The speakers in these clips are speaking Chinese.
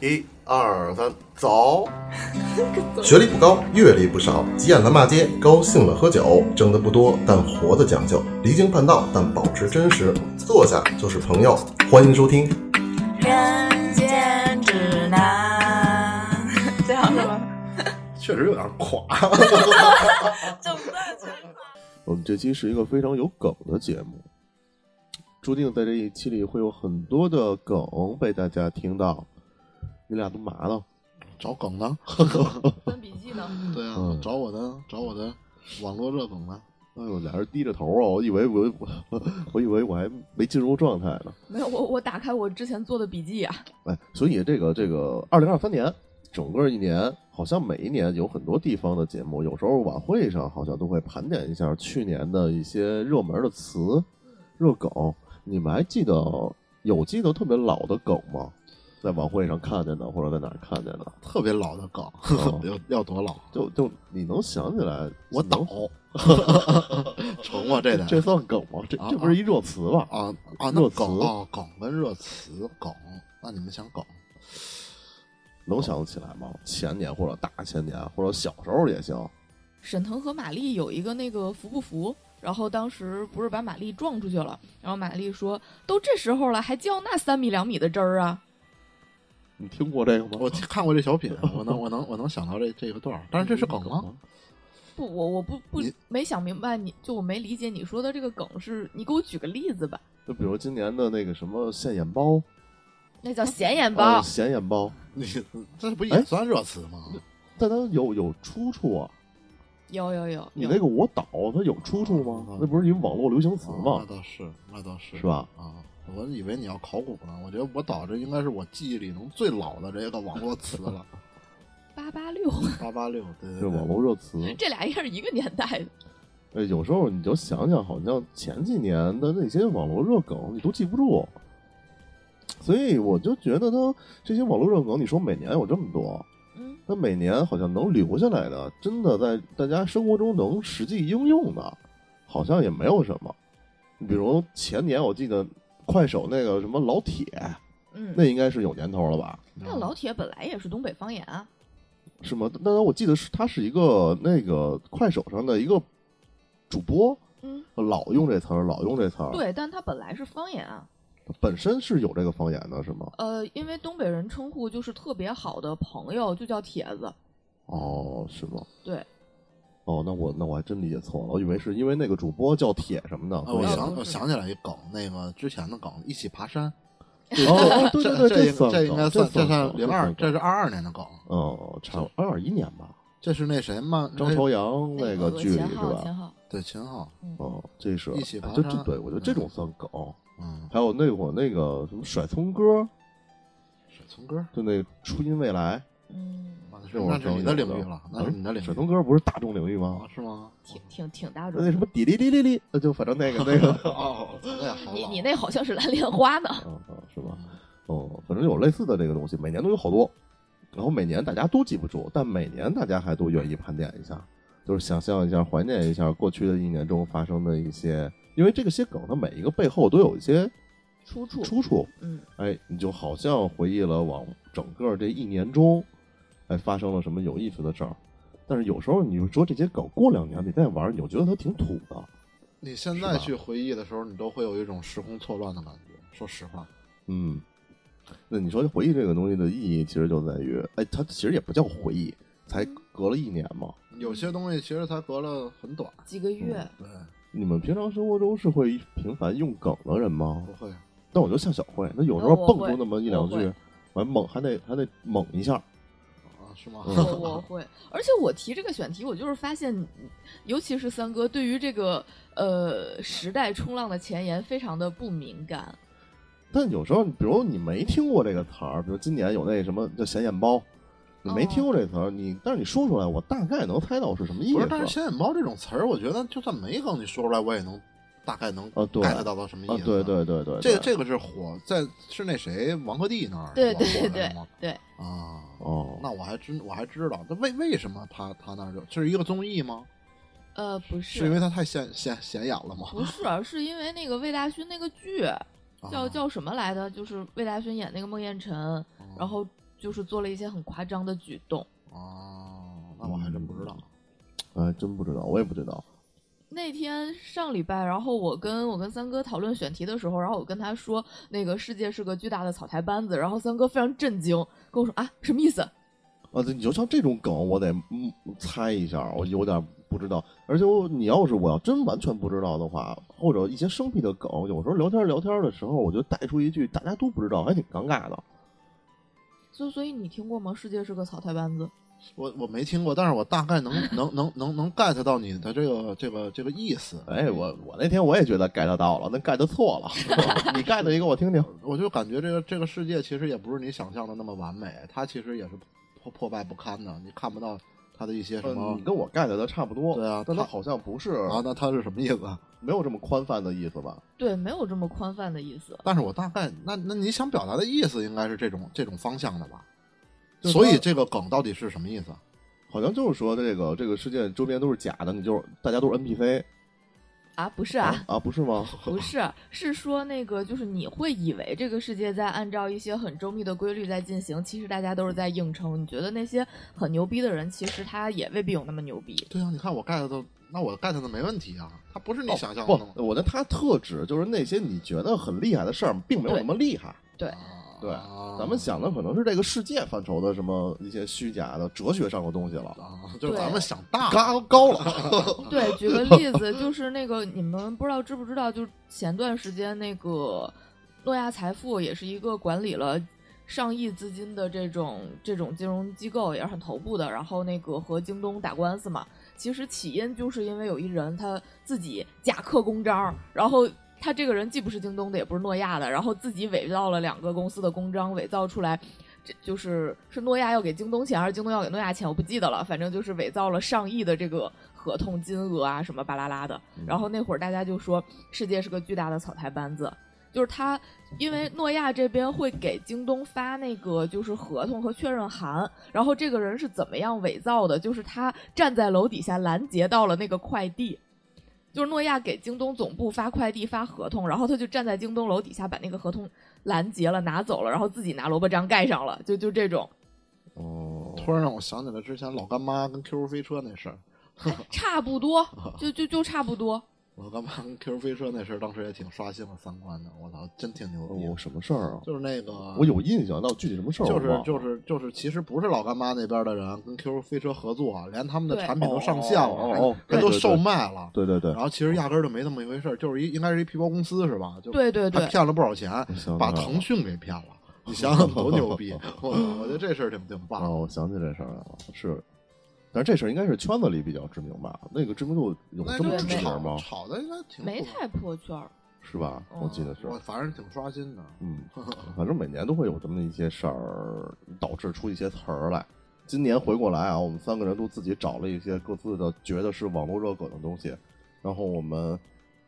一二三，走！学历不高，阅历不少，急眼了骂街，高兴了喝酒，挣的不多，但活的讲究，离经叛道，但保持真实，坐下就是朋友。欢迎收听，人间指南，这样是吗？确实有点垮。就不断去我们这期是一个非常有梗的节目，注定在这一期里会有很多的梗被大家听到。你俩都嘛呢？找梗呢？翻笔记呢。 对啊，嗯找我的，找我的网络热梗呢。哎呦，俩人低着头啊！我以为我 我我以为我还没进入状态呢。没有，我我打开我之前做的笔记啊，哎，所以这个这个二零二三年，整个一年好像每一年有很多地方的节目，有时候晚会上好像都会盘点一下去年的一些热门的词、热梗。你们还记得有记得特别老的梗吗？在晚会上看见的，或者在哪儿看见的？特别老的梗，哦要要多老？就就你能想起来？我能 倒，成吗？这得这算梗吗？这啊这不是一热词吧？啊啊，热那词梗哦，梗跟热词梗，那你们想梗？能想得起来吗？前年或者大前年，或者小时候也行。沈腾和马丽有一个那个服不服？然后当时不是把马丽撞出去了，然后马丽说：“都这时候了，还叫那三米两米的汁儿啊你听过这个吗？我看过这小品，我能我能我能想到这这个段儿，但是这是梗吗？？”嗯不，我我不不你没想明白你，就我没理解你说的这个梗是，你给我举个例子吧。就比如今年的那个什么现眼包，那叫显眼啊包，显眼包，你这不哎也算热词吗？但它有有出处啊。有有有，你有那个我倒，它有出处吗嗯？那不是一网络流行词啊那吗？倒是，那倒是，是吧？啊，我以为你要考古呢，我觉得我导这应该是我记忆里能最老的这个网络词了，八八六，八八六，对这对对，网络热 词，哎这俩应该是一个年代的。哎，有时候你就想想，好像前几年的那些网络热梗，你都记不住。所以我就觉得它这些网络热梗，你说每年有这么多，嗯，那每年好像能留下来的，真的在大家生活中能实际应用的，好像也没有什么。你比如前年我记得快手那个什么老铁，嗯那应该是有年头了吧？那老铁本来也是东北方言啊。是吗？当然我记得是他是一个那个快手上的一个主播，嗯，老用这词儿，老用这词儿，，对，但它本来是方言啊。本身是有这个方言的，是吗？呃，因为东北人称呼就是特别好的朋友就叫铁子，哦，是吗？对，哦，那我那我还真理解错了，我以为是因为那个主播叫铁什么的，啊，所我以想嗯我想起来一梗，那个之前的梗，一起爬山。哦，对对对，这算这应该算，这这是零二，这是是二二年的梗，哦，差二一年吧，这是那谁嘛？张那朝阳那个剧里秦是昊，秦吧？昊，对秦昊，哦，这是一起爬哎这这山对我觉得这种算梗，嗯，还有那会儿那个什么甩葱歌，水从歌，就那初音未来，嗯，哇那是这我那是你的领域啊了，那是你的领域。水通歌不是大众领域吗啊？，是吗？，挺挺挺大众那什么滴哩哩哩哩，呃就反正那个那个 哦，那也好嗯你老你那好像是蓝莲花呢，啊啊是吧？哦，反正有类似的这个东西，每年都有好多，然后每年大家都记不住，但每年大家还都愿意盘点一下，就是想象一下、怀念一下过去的一年中发生的一些，因为这个些梗，它每一个背后都有一些出处，出处，嗯，哎，你就好像回忆了往整个这一年中，哎，发生了什么有意思的事儿。但是有时候你就说这些梗过两年你再玩，你就觉得它挺土的。你现在去回忆的时候，你都会有一种时空错乱的感觉。说实话，嗯，那你说回忆这个东西的意义，其实就在于，哎，它其实也不叫回忆，才隔了一年嘛。有些东西其实它隔了很短，几个月，对，你们平常生活中是会频繁用梗的人吗不？会。啊但我就像小慧，那有时哦那候我蹦会出那么一两我句会，我还猛，还得还得猛一下。啊，是吗？我 我会，而且我提这个选题，我就是发现，尤其是三哥对于这个呃时代冲浪的前沿非常的不敏感，但有时候，比如你没听过这个词儿，比如今年有那什么叫显眼包，你没哦听过这词儿，你但是你说出来，我大概能猜到是什么意不思是，。但是显眼包这种词儿，我觉得就算没梗，你说出来，我也能大概能啊对 get 到到什么意啊思。，对对对对，这对个这个是火在是那谁王鹤棣那儿对火火对的对吗对，啊，哦，那我还知我还知道，那为为什么他他那儿就这是一个综艺吗？呃，不是因为他太显显显眼了吗？不是，是因为那个魏大勋那个剧，啊叫叫什么来的？就是魏大勋演那个孟宴臣，啊然后就是做了一些很夸张的举动。哦，那我还真不知道。哎，真不知道，我也不知道。那天上礼拜，然后我跟我跟三哥讨论选题的时候，然后我跟他说那个世界是个巨大的草台班子，然后三哥非常震惊，跟我说啊什么意思？啊，对，你就像这种梗，我得嗯猜一下，我有点不知道。而且我你要是我要真完全不知道的话，或者一些生僻的梗，有时候聊天聊天的时候，我就带出一句大家都不知道，还挺尴尬的。所以所以你听过吗？世界是个草台班子。嗯我我没听过，但是我大概能能能能能 get 到你的这个这个这个意思。哎，我我那天我也觉得 get 到了，那 get 错了， 你 get 一个我听听。我就感觉这个这个世界其实也不是你想象的那么完美，它其实也是破破败不堪的，你看不到它的一些什嗯，么你。跟我 get 的差不多，对啊但它他好像不是啊，那它是什么意思？没有这么宽泛的意思吧？对，没有这么宽泛的意思。但是我大概那那你想表达的意思应该是这种这种方向的吧？就是所以它这个梗到底是什么意思？啊好像就是说这个这个世界周边都是假的，你就是大家都是 NPC 啊，不是啊，啊，不是吗？ 不是，是说那个就是你会以为这个世界在按照一些很周密的规律在进行，其实大家都是在硬撑。你觉得那些很牛逼的人，其实他也未必有那么牛逼。对啊，你看我 get 的，那我 get 的没问题啊，它不是你想象的那么哦不，我的他特指就是那些你觉得很厉害的事儿，并没有那么厉害。对，啊对咱们想的可能是这个世界范畴的什么一些虚假的哲学上的东西了，啊，就是对咱们想大了高高了。 对，举个例子，就是那个你们不知道知不知道，就是前段时间那个诺亚财富也是一个管理了。上亿资金的这种这种金融机构也是很头部的，然后那个和京东打官司嘛，其实起因就是因为有一人他自己假刻公章，然后他这个人既不是京东的，也不是诺亚的，然后自己伪造了两个公司的公章，伪造出来这就是是诺亚要给京东钱，还是京东要给诺亚钱，我不记得了。反正就是伪造了上亿的这个合同金额啊，什么巴拉拉的。然后那会儿大家就说，世界是个巨大的草台班子。就是他，因为诺亚这边会给京东发那个就是合同和确认函，然后这个人是怎么样伪造的？就是他站在楼底下拦截到了那个快递，就是诺亚给京东总部发快递发合同，然后他就站在京东楼底下把那个合同拦截了，拿走了，然后自己拿萝卜章盖上了，就就这种，哦，突然让我想起来之前老干妈跟 QQ 飞车那事儿，哎差不多，就就就差不多。老干妈 跟 QQ 飞车那事儿，当时也挺刷新了三观的。我操，真挺牛逼我。什么事儿啊？就是那个，我有印象，但我具体什么事儿就我忘是了就是就是，其实不是老干妈那边的人跟 QQ 飞车合作，啊连他们的对产品都上线了，哦还哦哦还对都对对售卖了。对对对然，后其实压根儿就没那么一回事儿，就是一应该是一皮包公司是吧？就对对他对，骗了不少钱我想，把起来了腾讯给骗了。 你想想多牛逼！我我觉得这事儿挺挺棒的。哦，我想起这事儿来了，是。但是这事儿应该是圈子里比较知名吧？那个知名度有那这么就知是名炒吗？炒的应该挺没火太破圈儿。是吧？嗯我记得是。我反正挺刷新的。嗯， 反正每年都会有这么一些事儿，导致出一些词儿来。今年回过来啊，我们三个人都自己找了一些各自的觉得是网络热梗的东西，然后我们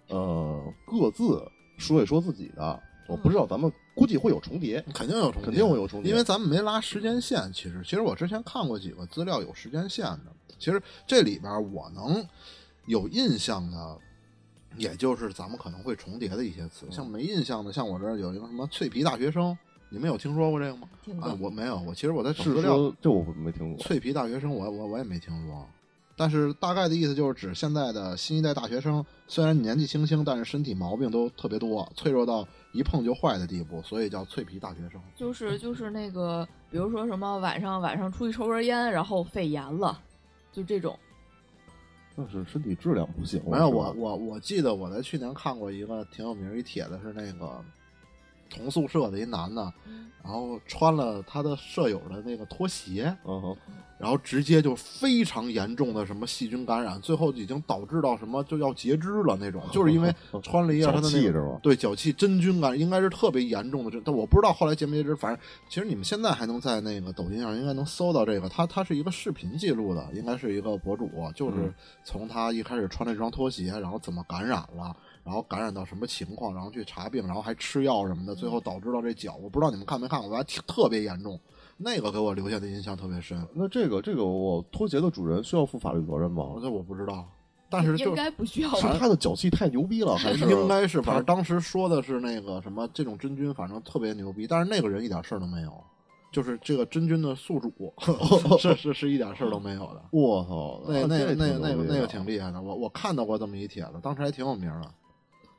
呃各自说一说自己的。我不知道咱们估计会有重叠，肯定有重叠，嗯肯定会有重叠因为咱们没拉时间线。其实，其实我之前看过几个资料有时间线的。其实这里边我能有印象的，也就是咱们可能会重叠的一些嗯词。像没印象的，像我这儿有一个什么“脆皮大学生”，你们有听说过这个吗？听过啊，我没有，我其实我在嗯找是资料。说这我没听 过。脆皮大学生我，我我也没听说。但是大概的意思就是指现在的新一代大学生，虽然年纪轻轻，但是身体毛病都特别多，脆弱到一碰就坏的地步，所以叫脆皮大学生。就是就是那个，比如说什么晚上晚上出去抽根烟，然后肺炎了，就这种。但是身体质量不行了，没有，是吧我我我记得我在去年看过一个挺有名儿一帖子，是那个同宿舍的一男的，然后穿了他的舍友的那个拖鞋，嗯哼，然后直接就非常严重的什么细菌感染，最后已经导致到什么就要截肢了那种，就 是因为穿了一下他的脚气那是个吧对脚气真菌感染，应该是特别严重的这，但我不知道后来截没截肢，反正其实你们现在还能在那个抖音上应该能搜到这个，他他是一个视频记录的，应该是一个博主，啊就是从他一开始穿那双拖鞋，然后怎么感染了。然后感染到什么情况，然后去查病，然后还吃药什么的，最后导致到这脚，我不知道你们看没看过，反正特别严重，那个给我留下的印象特别深。那这个这个我拖鞋的主人需要负法律责任 吗？我这我不知道，但是就应该不需要是吧？他的脚气太牛逼了， 还是应该是，反正当时说的是那个什么这种真菌，反正特别牛逼，但是那个人一点事儿都没有，就是这个真菌的 宿主，是是是一点事儿都没有的。我操，那啊那个这那个那牛个逼那个的挺厉害的，我我看到过这么一帖子，当时还挺有名的，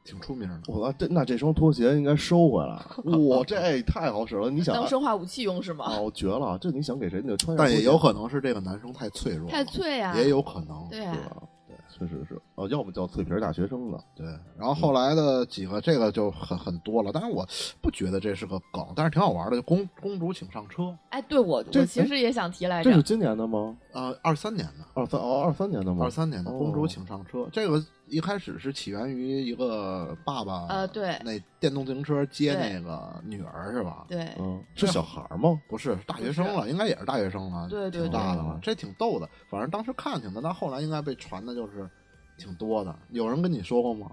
挺出名的。我操，这那这双拖鞋应该收回来。 哇，这太好使了！你想当生化武器用是吗？啊，我绝了！这你想给谁，你就穿上拖但鞋。也有可能是这个男生太脆弱了，太脆呀、也有可能。对对啊，吧？对，确实是。哦，要么叫脆皮儿大学生了。对，然后后来的几个这个就很很多了，但是我不觉得这是个梗，但是挺好玩的。就公公主请上车，哎，对我这我其实也想提来这着是，今年的吗？呃，二三年的，二三哦，二三年的吗？二三年的《哦公主请上车》这个一开始是起源于一个爸爸呃对那电动自行车接对那个女儿是吧？对嗯，是啊小孩儿吗？不是大学生了，应该也是大学生了，对对挺大的对了，这挺逗的。反正当时看挺的，但后来应该被传的就是挺多的。有人跟你说过吗，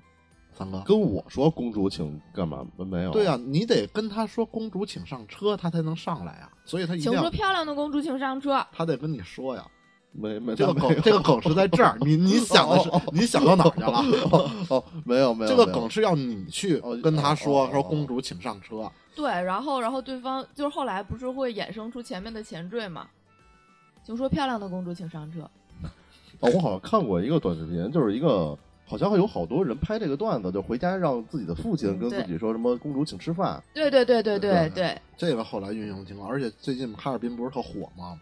三哥？跟我说公主请干嘛？没有。对啊，，你得跟他说“公主请上车”，他才能上来啊，所以他一定请要说漂亮的公主请上车，他得跟你说呀。没没这个没梗，这个梗是在这儿，你你 想的是哦哦哦你想到哪儿去了？ 哦，没有没有。这个没有梗是要你去哦跟他哦说哦说哦公主请上车，对，然后然后对方就是后来不是会衍生出前面的前缀嘛？请说漂亮的公主请上车，哦，我好像看过一个短视频，就是一个好像有好多人拍这个段子，就回家让自己的父亲嗯跟自对己说什么“公主请吃饭对对对对对对对，这个后来运用的挺好。而且最近哈尔滨不是特火吗？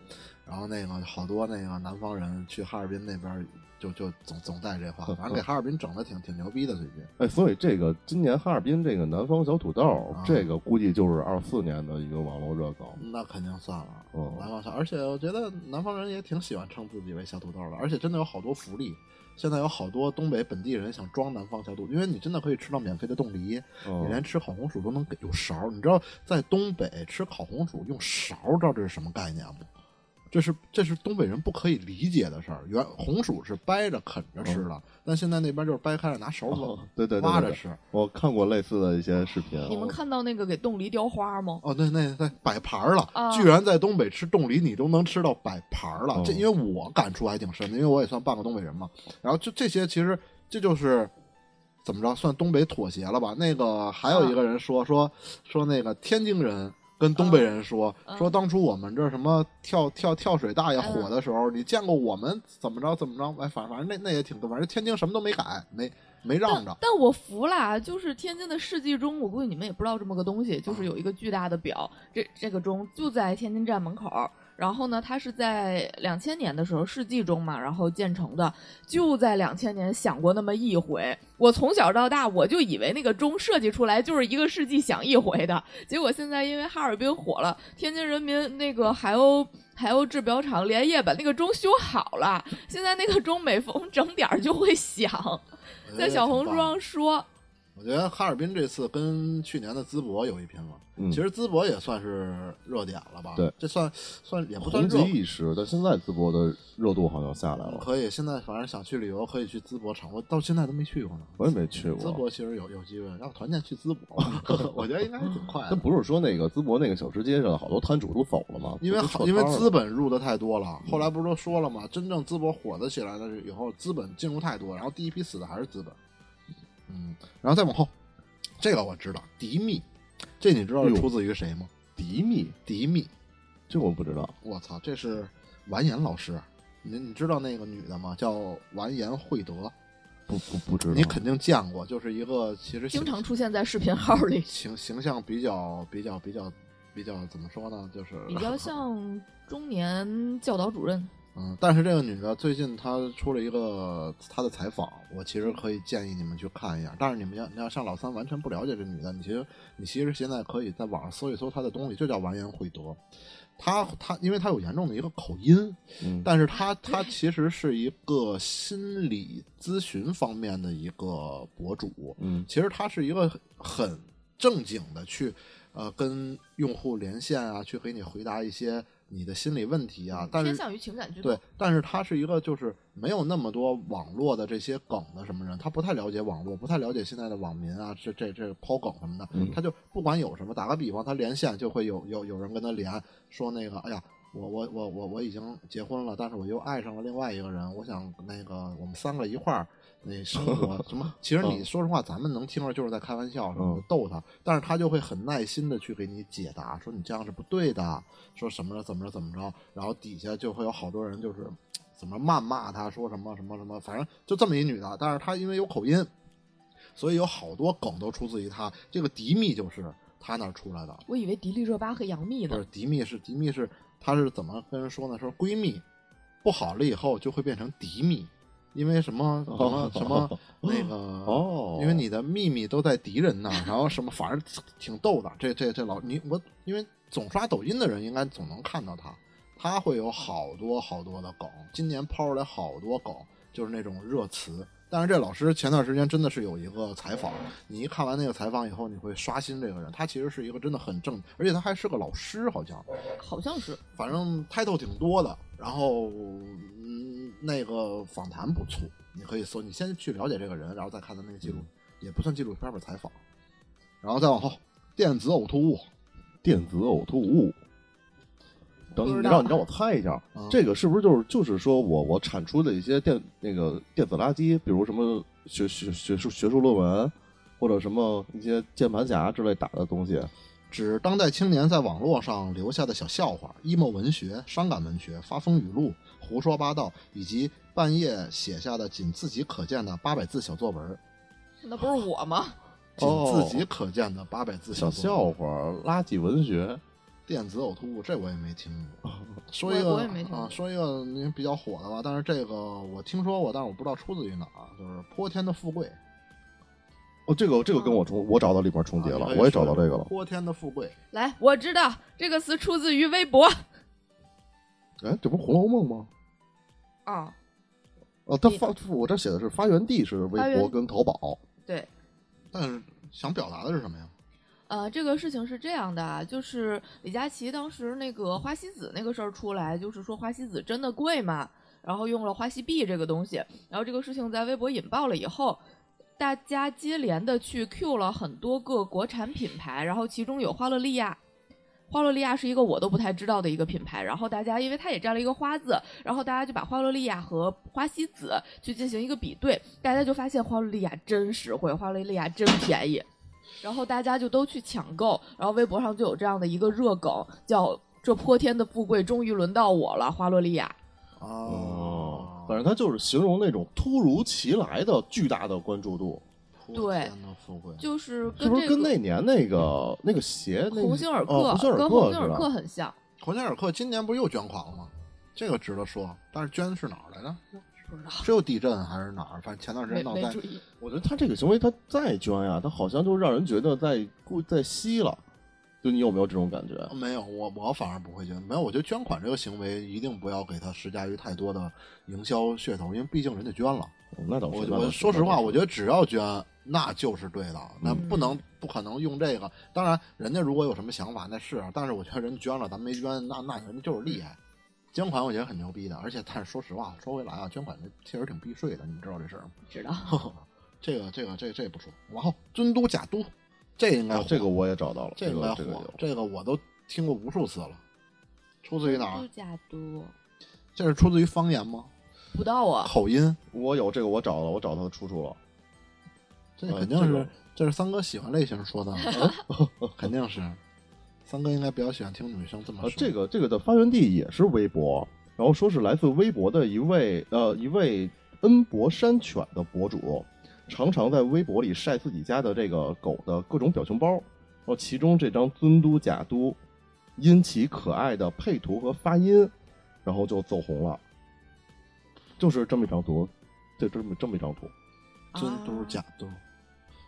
然后那个好多那个南方人去哈尔滨那边儿就就总总带这话，反正给哈尔滨整的挺挺牛逼的最近。”。哎，所以这个今年哈尔滨这个南方小土豆，啊这个估计就是二四年的一个网络热梗。那肯定算了，哦南方小，而且我觉得南方人也挺喜欢称自己为小土豆的，而且真的有好多福利。现在有好多东北本地人想装南方小土，因为你真的可以吃到免费的冻梨，嗯你连吃烤红薯都能给有勺儿。你知道在东北吃烤红薯用勺儿，知道这是什么概念吗？这是这是东北人不可以理解的事儿。原红薯是掰着啃着吃的，但现在那边就是掰开了拿勺儿挖嗯哦对对对对挖着对吃。我看过类似的一些视频。你们看到那个给冻梨雕花吗？哦，对，那那摆盘儿了，啊居然在东北吃冻梨，你都能吃到摆盘儿了。哦这因为我感触还挺深的，因为我也算半个东北人嘛。然后就这些，其实这就是怎么着，算东北妥协了吧？那个还有一个人说、说说那个天津人。跟东北人说、嗯说，当初我们这儿什么跳跳跳水大爷嗯火的时候，你见过我们怎么着怎么着？哎，反反正那那也挺多，反正天津什么都没改，没没让着但。但我服啦，就是天津的世纪钟，我估计你们也不知道这么个东西，就是有一个巨大的表，这这个钟就在天津站门口儿。然后呢，它是在两千年的时候世纪钟嘛，然后建成的，就在两千年响过那么一回。我从小到大我就以为那个钟设计出来就是一个世纪响一回的，结果现在因为哈尔滨火了，天津人民那个海鸥海鸥制表厂连夜把那个钟修好了，现在那个钟每逢整点儿就会响。我觉得在小哎挺红书棒上的说，我觉得哈尔滨这次跟去年的淄博有一拼了。嗯其实淄博也算是热点了吧？对这算算也不算哦红极热。一时，但现在淄博的热度好像下来了。可以，现在反正想去旅游可以去淄博尝，我到现在都没去过呢。我也没去淄过博，其实有有机会让团建去 淄博， 我觉得应该还挺快但的。不是说那个淄博那个小吃街上好多摊主都走了吗？因为都撤好，因为摊儿了嗯资本入的太多了，后来不是都说了吗？真正淄博火的起来的是以后资本进入太多，然后第一批死的还是资本。嗯，然后再往后，这个我知道，迪密，这你知道哎是呦出自于谁吗？迪密，迪密，这我不知道。我操，这是完颜老师，你你知道那个女的吗？叫完颜慧德，不不不知道，你肯定见过，就是一个其实经形常出现在视频号 里，形形象比较比较比较比较怎么说呢，就是比较像中年教导主任。 嗯，但是这个女的最近她出了一个她的采访，我其实可以建议你们去看一下。但是你们要你要像老三完全不了解这女的，你其实你其实现在可以在网上搜一搜她的东西，就叫完颜慧德。她她因为她有严重的一个口音，嗯但是她她其实是一个心理咨询方面的一个博主，嗯其实他是一个很正经的去，呃，跟用户连线啊，去给你回答一些你的心理问题啊。但偏是向于情感剧对本，，但是他是一个就是没有那么多网络的这些梗的什么人，他不太了解网络，不太了解现在的网民啊，这这这抛梗什么的，他就不管有什么，打个比方，他连线就会有有有人跟他连说那个，哎呀，我我我我我已经结婚了，但是我又爱上了另外一个人，我想那个我们三个一块儿那生活什么？其实你说实话，咱们能听着就是在开玩笑什么的嗯逗他，但是他就会很耐心的去给你解答，说你这样是不对的，说什么着怎么着怎么着，然后底下就会有好多人就是怎么谩骂他，说什么什么什么，反正就这么一女的，但是她因为有口音，所以有好多梗都出自于她。这个迪密就是她那儿出来的，我以为迪丽热巴和杨幂不呢是。迪密是迪密是她是怎么跟人说呢？说闺蜜不好了以后就会变成迪密，因为什么什么哦什么那个哦因为你的秘密都在敌人那儿，然后什么反正挺逗的。这这这老你我因为总刷抖音的人应该总能看到他，他会有好多好多的梗，今年抛出来好多梗，就是那种热词。但是这老师前段时间真的是有一个采访，你一看完那个采访以后，你会刷新这个人。他其实是一个真的很正，而且他还是个老师，好像好像是反正 title 挺多的，然后嗯，那个访谈不错，你可以搜，你先去了解这个人，然后再看他那个纪录，嗯也不算纪录片吧，采访，然后再往后，电子呕吐物，电子呕吐物。等不你知道让你让我猜一下啊，这个是不是就是就是说我我产出的一些电那个电子垃圾，比如什么学学学术学术论文，或者什么一些键盘侠之类打的东西？指当代青年在网络上留下的小笑话、emo 文学、伤感文学、发疯语录、胡说八道，以及半夜写下的仅自己可见的八百字小作文，那不是我吗？仅哦自己可见的八百字小作文笑话、垃圾文学，电子呕吐物，这我也没听过。 说我一个我也没听啊过，说一个您比较火的吧，但是这个我听说过，但是我不知道出自于哪儿，就是泼天的富贵哦，这个这个跟我重我找到里边重叠了啊，我也找到这个了。泼天的富贵，来，我知道这个词出自于微博哎，这不是《红楼梦》吗？啊，哦，它你发我这写的是发源地是发微博源跟淘宝。对，但是想表达的是什么呀？呃，这个事情是这样的啊，就是李佳琦当时那个花西子那个事儿出来，就是说花西子真的贵吗？然后用了花西币这个东西，然后这个事情在微博引爆了以后，大家接连的去 Q 了很多个国产品牌，然后其中有花乐利亚。花乐利亚是一个我都不太知道的一个品牌，然后大家因为它也占了一个花字，然后大家就把花乐利亚和花西子去进行一个比对，大家就发现花乐利亚真实惠，花乐利亚真便宜，然后大家就都去抢购，然后微博上就有这样的一个热梗，叫“这泼天的富贵终于轮到我了”，花洛利亚。啊啊哦，反正它就是形容那种突如其来的巨大的关注度，泼对天的富贵，就是是跟不这是个跟那年那个那个鞋那个鸿星尔克、哦鸿星尔跟鸿星是尔克吧？很像，红加尔克今年不是又捐款了吗？这个值得说，但是捐是哪儿来着？不知道是又地震还是哪儿？反正前段时没间闹没灾注，意。我觉得他这个行为，他再捐呀，他好像就让人觉得在故在吸了。就你有没有这种感觉？没有，我我反而不会捐，没有，我觉得捐款这个行为一定不要给他施加于太多的营销噱头，因为毕竟人家捐了。哦那倒是我那倒我是说实那话，倒是我觉得只要捐，那就是对的，那嗯不能不可能用这个。当然，人家如果有什么想法，那是，啊但是我觉得人捐了，咱没捐，那那人就是厉害。捐款我觉得很牛逼的，而且但是说实话，说回来啊，捐款这确实挺避税的，你们知道这事儿吗？ 知道，这个这个这这不说，然后尊都假都，这应该啊火这个我也找到了，这这应个该火，这个个有我都听过无数次了。出自于哪度儿？假多这是出自于方言吗？不到啊，口音？我有这个我找了，我找到出处了。这呃肯定这是个，这是三哥喜欢类型 说的，啊嗯肯定是。三哥应该比较喜欢听女生这么呃说。，这个这个的发源地也是微博，然后说是来自微博的一位呃一位恩博山犬的博主，常常在微博里晒自己家的这个狗的各种表情包，然后其中这张尊都假都，因其可爱的配图和发音，然后就走红了，就是这么一张图，就这么这么一张图，真都是假都。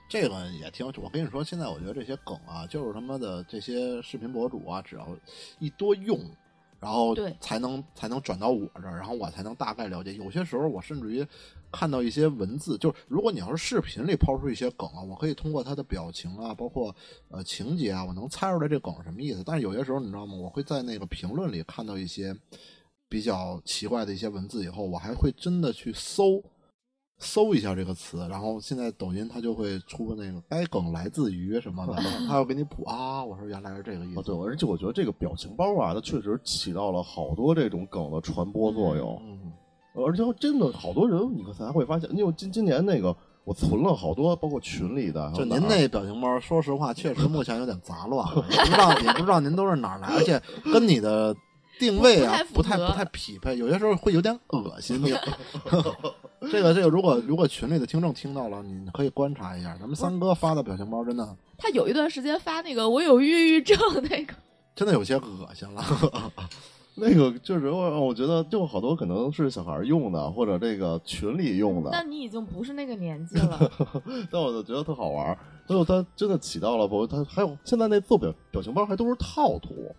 这个也挺，我跟你说，现在我觉得这些梗啊，就是他妈的这些视频博主啊，只要一多用，然后对才能才能转到我这儿，然后我才能大概了解。有些时候我甚至于看到一些文字，就是如果你要是视频里抛出一些梗啊，我可以通过他的表情啊，包括呃情节啊，我能猜出来这梗是什么意思。但是有些时候你知道吗？我会在那个评论里看到一些比较奇怪的一些文字以后，我还会真的去搜。搜一下这个词，然后现在抖音它就会出那个该梗来自于 什么的，它要给你补啊。我说原来是这个意啊，思。对，而且我觉得这个表情包啊，它确实起到了好多这种梗的传播作用。嗯，而且真的好多人，你看才会发现，因为今今年那个我存了好多，包括群里的，就还有您哪儿那表情包，说实话，确实目前有点杂 乱，也不知道也不知道您都是哪儿来，而且跟你的定位啊不不太太符合不太匹配，有些时候会有点恶 心。你这个这个，如果如果群里的听众听到了，你可以观察一下，咱们三哥发的表情包真的他有一段时间发那个我有抑郁症那 个，真的有些恶心了。 那个就是我，我觉得就好多可能是小孩儿用的，或者这个群里用的，那你已经不是那个年纪 了，但我就觉得特好玩儿。最后它真的起到了，不，它还有现在那做表表情包还都是套图，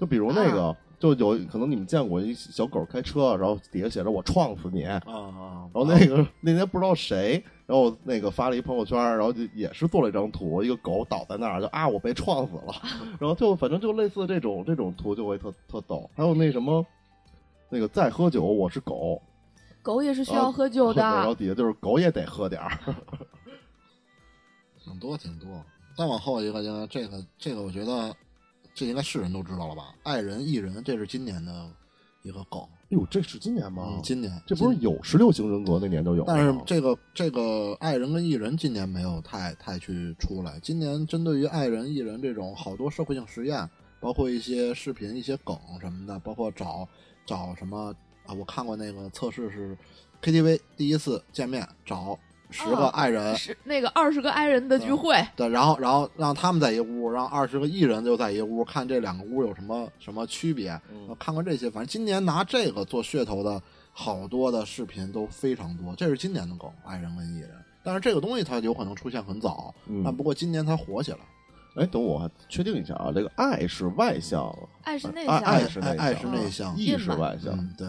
就比如那个，就有可能你们见过一小狗开车，然后底下写着“我撞死你”，啊啊！然后那个、那天不知道谁，然后那个发了一朋友圈，然后就也是做了一张图，一个狗倒在那儿，就啊我被撞死了，然后就反正就类似这种这种图就会特特逗。还有那什么，那个再喝酒我是狗，狗也是需然要后喝酒然的。后底下就是狗也得喝点儿， 挺多挺多。再往后一个，就是这个这个，我觉得这应该是人都知道了吧？爱人艺人，这是今年的一个梗。哟这是今年吗嗯，？今年哦这不是有十六型人格那年就有了吗，但是这个这个爱人跟艺人今年没有太太去出来。今年针对于爱人艺人这种好多社会性实验，包括一些视频、一些梗什么的，包括找找什么啊，我看过那个测试是 KTV 第一次见面找十个啊爱人。是那个二十个 i 人的聚会，嗯对，然后然后让他们在一屋，让二十个艺人就在一屋，看这两个屋有什么什么区别。嗯我看过这些，反正今年拿这个做噱头的好多的视频都非常多，这是今年的梗，爱人跟艺人。但是这个东西它有可能出现很早，嗯但不过今年它火起来。哎等我还确定一下啊，这个爱是外向，爱哎是内啊向爱的，是爱内爱向是内向，意是外向，嗯，对。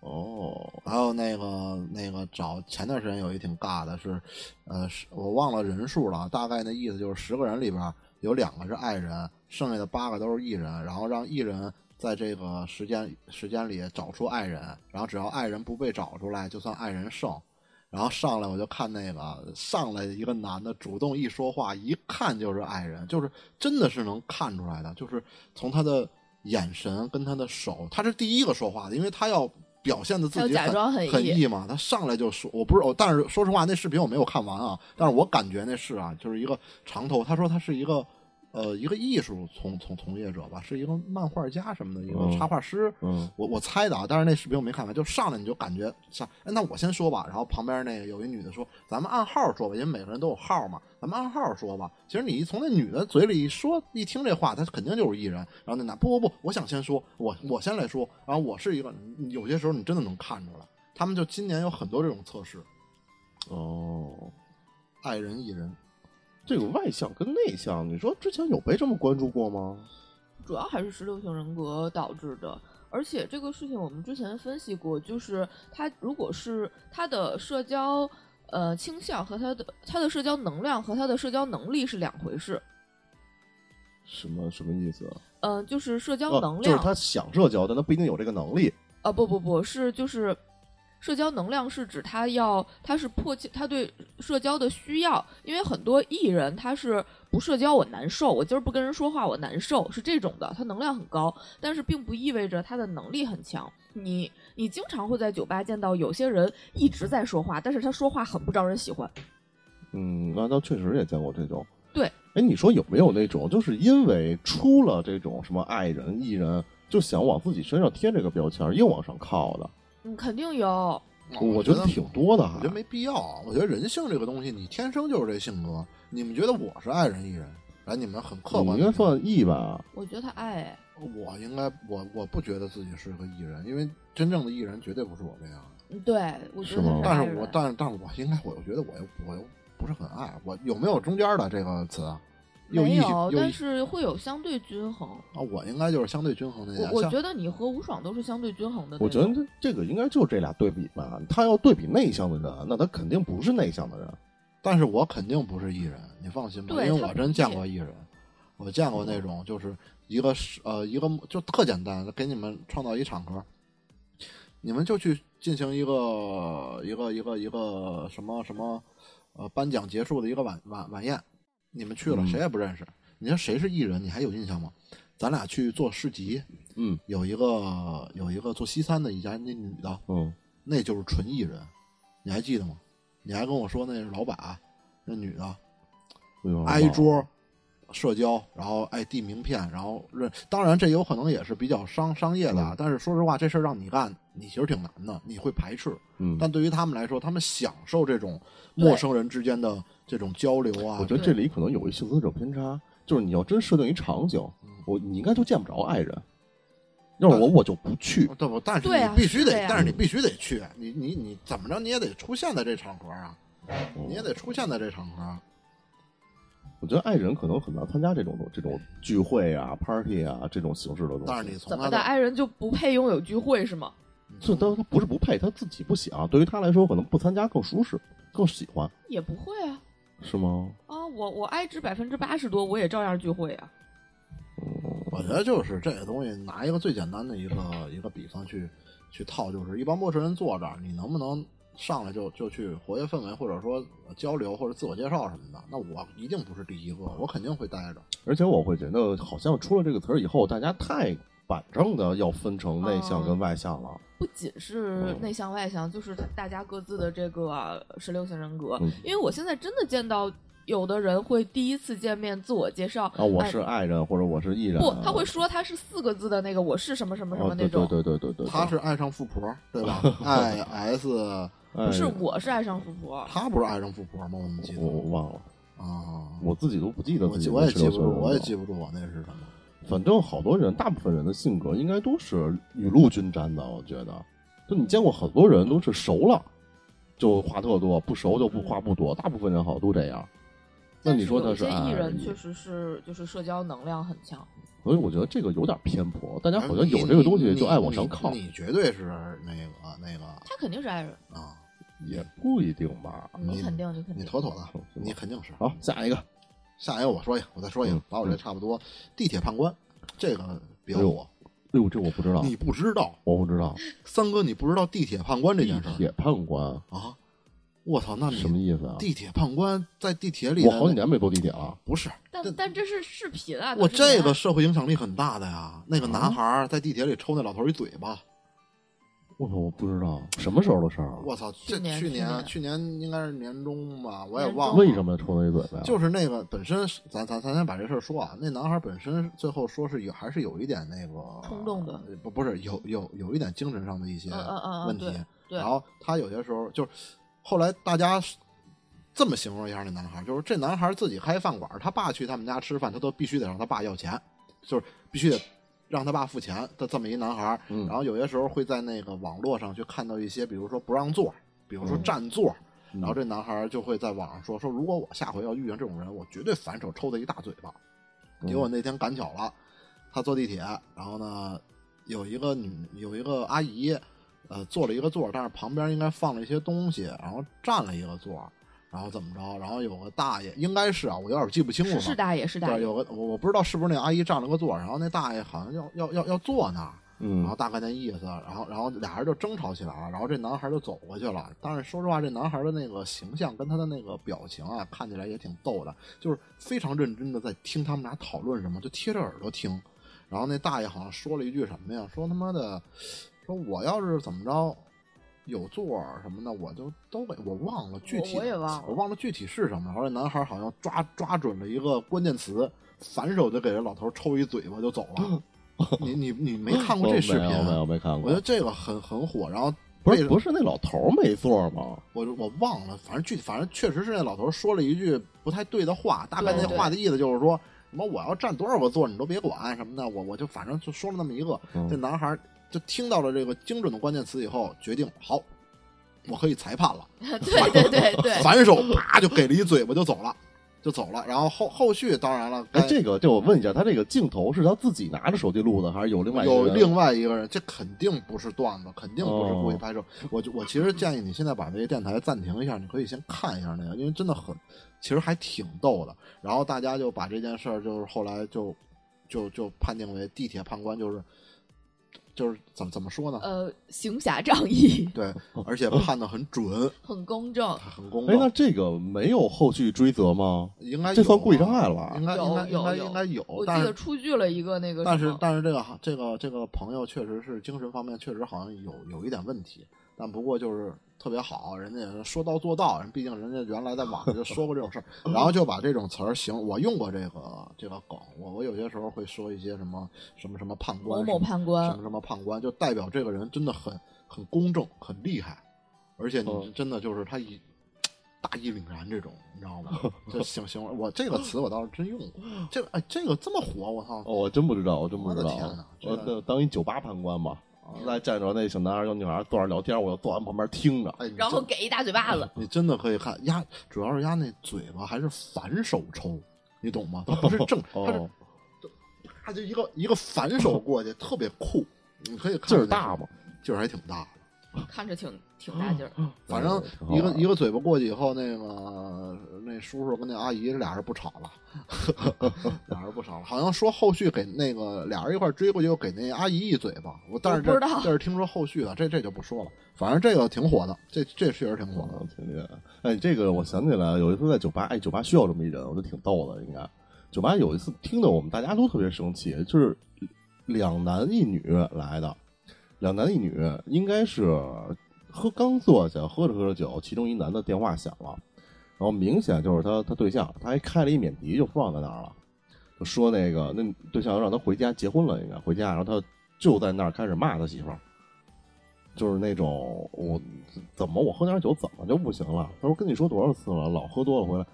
哦，还有那个那个找前段时间有一挺尬的是，呃，是我忘了人数了，大概那意思就是十个人里边有两个是爱人，剩下的八个都是艺人，然后让艺人在这个时间时间里找出爱人，然后只要爱人不被找出来，就算爱人胜。然后上来我就看那个上来一个男的主动一说话，一看就是爱人，就是真的是能看出来的，就是从他的眼神跟他的手，他是第一个说话的，因为他要表现的自己他要假装很很意意嘛，他上来就说，我不是，我但是说实话，那视频我没有看完啊，但是我感觉那是啊，就是一个长头，他说他是一个。呃，一个艺术从从从业者吧，是一个漫画家什么的，一个嗯插画师，嗯我我猜的啊，但是那视频我没看完，就上来你就感觉上，哎，那我先说吧。然后旁边那个有一女的说：“咱们按号说吧，因为每个人都有号嘛，咱们按号说吧。”其实你一从那女的嘴里一说，一听这话，她肯定就是艺人。然后那男不不不，我想先说，我我先来说。然后我是一个，你有些时候你真的能看出来，他们就今年有很多这种测试，哦。爱人艺人。这个外向跟内向，你说之前有被这么关注过吗？主要还是十六型人格导致的。而且这个事情我们之前分析过，就是他如果是他的社交呃倾向和他的他的社交能量和他的社交能力是两回事。什么什么意思？啊嗯、就是社交哦能就量、是他想社交，但他不一定有这个能力。啊，不不不是，就是社交能量是指他要他是迫切他对社交的需要，因为很多艺人他是不社交我难受，我今儿不跟人说话我难受是这种的，他能量很高，但是并不意味着他的能力很强。你你经常会在酒吧见到有些人一直在说话，但是他说话很不招人喜欢。嗯，那倒确实也见过这种。对，哎，你说有没有那种，就是因为出了这种什么爱人、艺人，就想往自己身上贴这个标签，硬往上靠的？嗯，肯定有，我觉得挺多的哦我还觉得没必要啊。我觉得人性这个东西，你天生就是这性格。你们觉得我是爱人艺人，然后你们很客你观，应该算 E 吧？我觉得他爱我应该我我不觉得自己是个艺人，因为真正的艺人绝对不是我这样的。嗯，对我觉是得他吗是但爱是我人。但是但是我应该我又觉得我又我又不是很爱我有没有中间的这个词啊？又没一有，又但一是会有相对均衡。啊，我应该就是相对均衡那我家。我像觉得你和吴爽都是相对均衡的那种。我觉得这这个应该就这俩对比吧。他要对比内向的人，那他肯定不是内向的人。但是我肯定不是艺人，你放心吧，对因为他我不真见是过艺人，我见过那种就是一个是呃一个就特简单，给你们创造一场合，你们就去进行一个一个一个一个什么什么呃颁奖结束的一个晚晚晚宴，你们去了，谁也不认识。你说谁是艺人，你还有印象吗？咱俩去做市集，嗯，有一个有一个做西餐的一家那女的，嗯，那就是纯艺人，你还记得吗？你还跟我说那是老板，那女的哎呦挨桌。社交，然后哎递名片，然后认，当然这有可能也是比较商商业的啊。但是说实话，这事儿让你干，你其实挺难的，你会排斥。嗯，但对于他们来说，他们享受这种陌生人之间的这种交流啊我。觉得这里可能有一幸存者偏差，就是你要真设定一场景，我你应该就见不着爱人，要是我我就不去。嗯对不？但是对啊你必须是这得，样但是你必须得去，你你你怎么着你也得出现在这场合啊，你也得出现在这场合啊。嗯我觉得爱人可能很难参加这种这种聚会啊、party 啊这种形式的东西。但是你从怎他么的，爱人就不配拥有聚会是吗？这他他不是不配，他自己不想，对于他来说可能不参加更舒适、更喜欢，也不会啊是吗？啊！我我爱之百分之八十多，我也照样聚会啊。我觉得就是这个东西，拿一个最简单的一个一个比方去去套，就是一帮陌生人坐这儿，你能不能上来就就去活跃氛围，或者说交流或者自我介绍什么的？那我一定不是第一个，我肯定会待着。而且我会觉得，好像出了这个词儿以后，大家太板正的要分成内向跟外向哦了。不仅嗯是内向外向，就是大家各自的这个十六型人格嗯。因为我现在真的见到有的人会第一次见面自我介绍啊，我哎是爱人或者我是艺人啊，不，他会说他是四个字的那个我是什么什么什么哦，那对种对，对对对对，他是爱上富婆，对吧？I S， 不不是我是爱上富婆，他不是爱上富婆吗？我们记得我我忘了，啊，我自己都不记得我自记己我也是记六不十多住，我也记了。不住我那是什么。反正好多人，大部分人的性格应该都是雨露均沾的。我觉得，就你见过很多人都是熟了就话特多，不熟就不话不多，大部分人好像都这样。那但你说有他是些爱艺而人已确实是就是社交能量很强，所以我觉得这个有点偏颇，大家好像你有这个东西你就爱往上靠你，你绝对是那个那个他肯定是爱人，啊，也不一定吧。你肯定你肯定，你妥妥的，是吧你肯定是。好，下一个，哎下一个我说一个，我再说一个嗯，把我这差不多。地铁判官，这个别哎呦问我，哎呦，这我不知道，你不知道，我不知道三哥你不知道地铁判官这地件事儿铁判官啊？我操，那你什么意思啊？地铁判官在地铁里，我好几年没坐地铁了。不是但但这是视频啊，我都是这你爱个社会影响力很大的呀。那啊个男孩儿在地铁里抽那老头一嘴巴，我操，我不知道什么时候的事儿啊？我操，这去年去去年年去年应该是年中吧，我也年忘了为什么要抽他一嘴巴呀？就是那个本身是，咱咱咱先把这事儿说啊。那男孩本身最后说是有，还是有一点那个冲动的，不不是有有有一点精神上的一些嗯嗯嗯嗯问题。对然后他有些时候就是，后来大家是这么形容一下那男孩，就是这男孩自己开饭馆，他爸去他们家吃饭，他都必须得让他爸要钱，就是必须得。让他爸付钱的这么一男孩，嗯然后有些时候会在那个网络上去看到一些，比如说不让座，比如说嗯占座，嗯然后这男孩就会在网上说说，如果我下回要遇见这种人，我绝对反手抽他一大嘴巴。嗯结果那天赶巧了，他坐地铁，然后呢，有一个女有一个阿姨，呃，坐了一个座儿，但是旁边应该放了一些东西，然后占了一个座儿，然后怎么着，然后有个大爷，应该是啊，我有点记不清楚是了。是大爷是大对，啊爷，有个我我不知道是不是那阿姨占了个座儿，然后那大爷好像要要要要坐那儿，然后嗯大概那意思，然后然后俩人就争吵起来了，然后这男孩就走过去了。但是说实话，这男孩的那个形象跟他的那个表情啊，看起来也挺逗的，就是非常认真的在听他们俩讨论什么，就贴着耳朵听。然后那大爷好像说了一句什么呀？说他妈的，说我要是怎么着有座儿什么的，我就都给我忘了具体，我我也忘了我忘了具体是什么。然后这男孩好像抓抓准了一个关键词，反手就给这老头抽一嘴巴就走了。你你你没看过这视频我没有没啊？有没看我过觉得。这个很很火，然后不为是了不是那老头儿没座吗？我我忘了，反正具体反正确实是那老头说了一句不太对的话，大概对那对话的意思就是说什么我要占多少个座你都别管什么的，我我就反正就说了那么一个。嗯这男孩就听到了这个精准的关键词以后，决定好，我可以裁判了， 对对对对，反手啪就给了一嘴巴就走了，就走了。然后后后续当然了，哎，该这个就我问一下，他这个镜头是他自己拿着手机录的，还是有另外一个有人另外一个人，这肯定不是段子，肯定不是哦故意拍摄。我就我其实建议你现在把这个电台暂停一下，你可以先看一下那个，因为真的很，其实还挺逗的。然后大家就把这件事儿，就是后来就就就判定为地铁判官，就是就是怎么怎么说呢？呃，行侠仗义， 对，而且判的很准，很公正。很公哦哎，那道。这个没有后续追责吗？应该这算有啊嗯故意伤害了应该应有该应该有应该有，我记但得是出具了一个那个但什是么但是这个这个这个朋友确实是精神方面确实好像有有一点问题，但不过就是特别好，人家说到做到，人毕竟人家原来在网上就说过这种 事儿，然后就把这种词儿行，我用过这个这个梗，我我有些时候会说一些什么什么什么判官某某什么判什官么，什么判官，就代表这个人真的很很公正、很厉害，而且你嗯真的就是他一大义凛然这种，你知 道吗？这形形容我这个词我倒是真用过，这个哎这个这么火，我操！哦，我真不知道，我真不知我的道天哪。我这个啊那当一酒吧判官嘛，那站着那小男孩、小女孩坐那儿聊天，我就坐俺旁边听着。哎，你然后真哎给一大嘴巴子。你真的可以看压，主要是压那嘴巴还是反手抽，你懂吗？它不是正，它是哦，它就一个一个反手过去，特别酷。你可以看劲儿着那大个吗？劲儿还挺大的。看着挺挺大劲儿，反正哎挺好一个玩一个嘴巴过去以后，那个那叔叔跟那阿姨俩人不吵了， 俩人不吵了。好像说后续给那个俩人一块儿追过去，又给那阿姨一嘴巴。我但是我不这知道这是听说后续的，这这就不说了。反正这个挺火的，这这确实挺火的。我挺厉害。哎，这个我想起来，有一次在酒吧，哎，酒吧需要这么一人，我觉得挺逗的。应该酒吧有一次听得我们大家都特别生气，就是两男一女来的，两男一女应该是喝刚坐下，喝着喝着酒，其中一男的电话响了，然后明显就是他他对象，他还开了一免提就放在那儿了，就说那个那对象让他回家结婚了，应该回家，然后他就在那儿开始骂他媳妇儿。就是那种我怎么我喝点酒怎么就不行了？他说跟你说多少次了，老喝多了回来。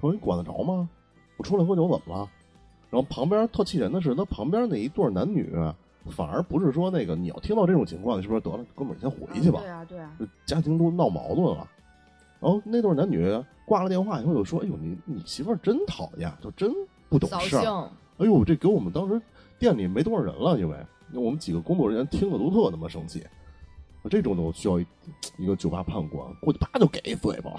他说你管得着吗？我出来喝酒怎么了？然后旁边特气人的是，他旁边那一对男女啊反而不是说那个你要听到这种情况，你是不是得了，哥们儿你先嗯回去吧？啊，对啊，就家庭中闹矛盾了。然后那对男女挂了电话以后就说：“哎呦，你你媳妇儿真讨厌，就真不懂扫事儿。”兴。哎呦，这给我们当时店里没多少人了，因为我们几个工作人员听了都特他妈生气。这种的我需要一一个酒吧判官过去，啪就给一嘴 巴。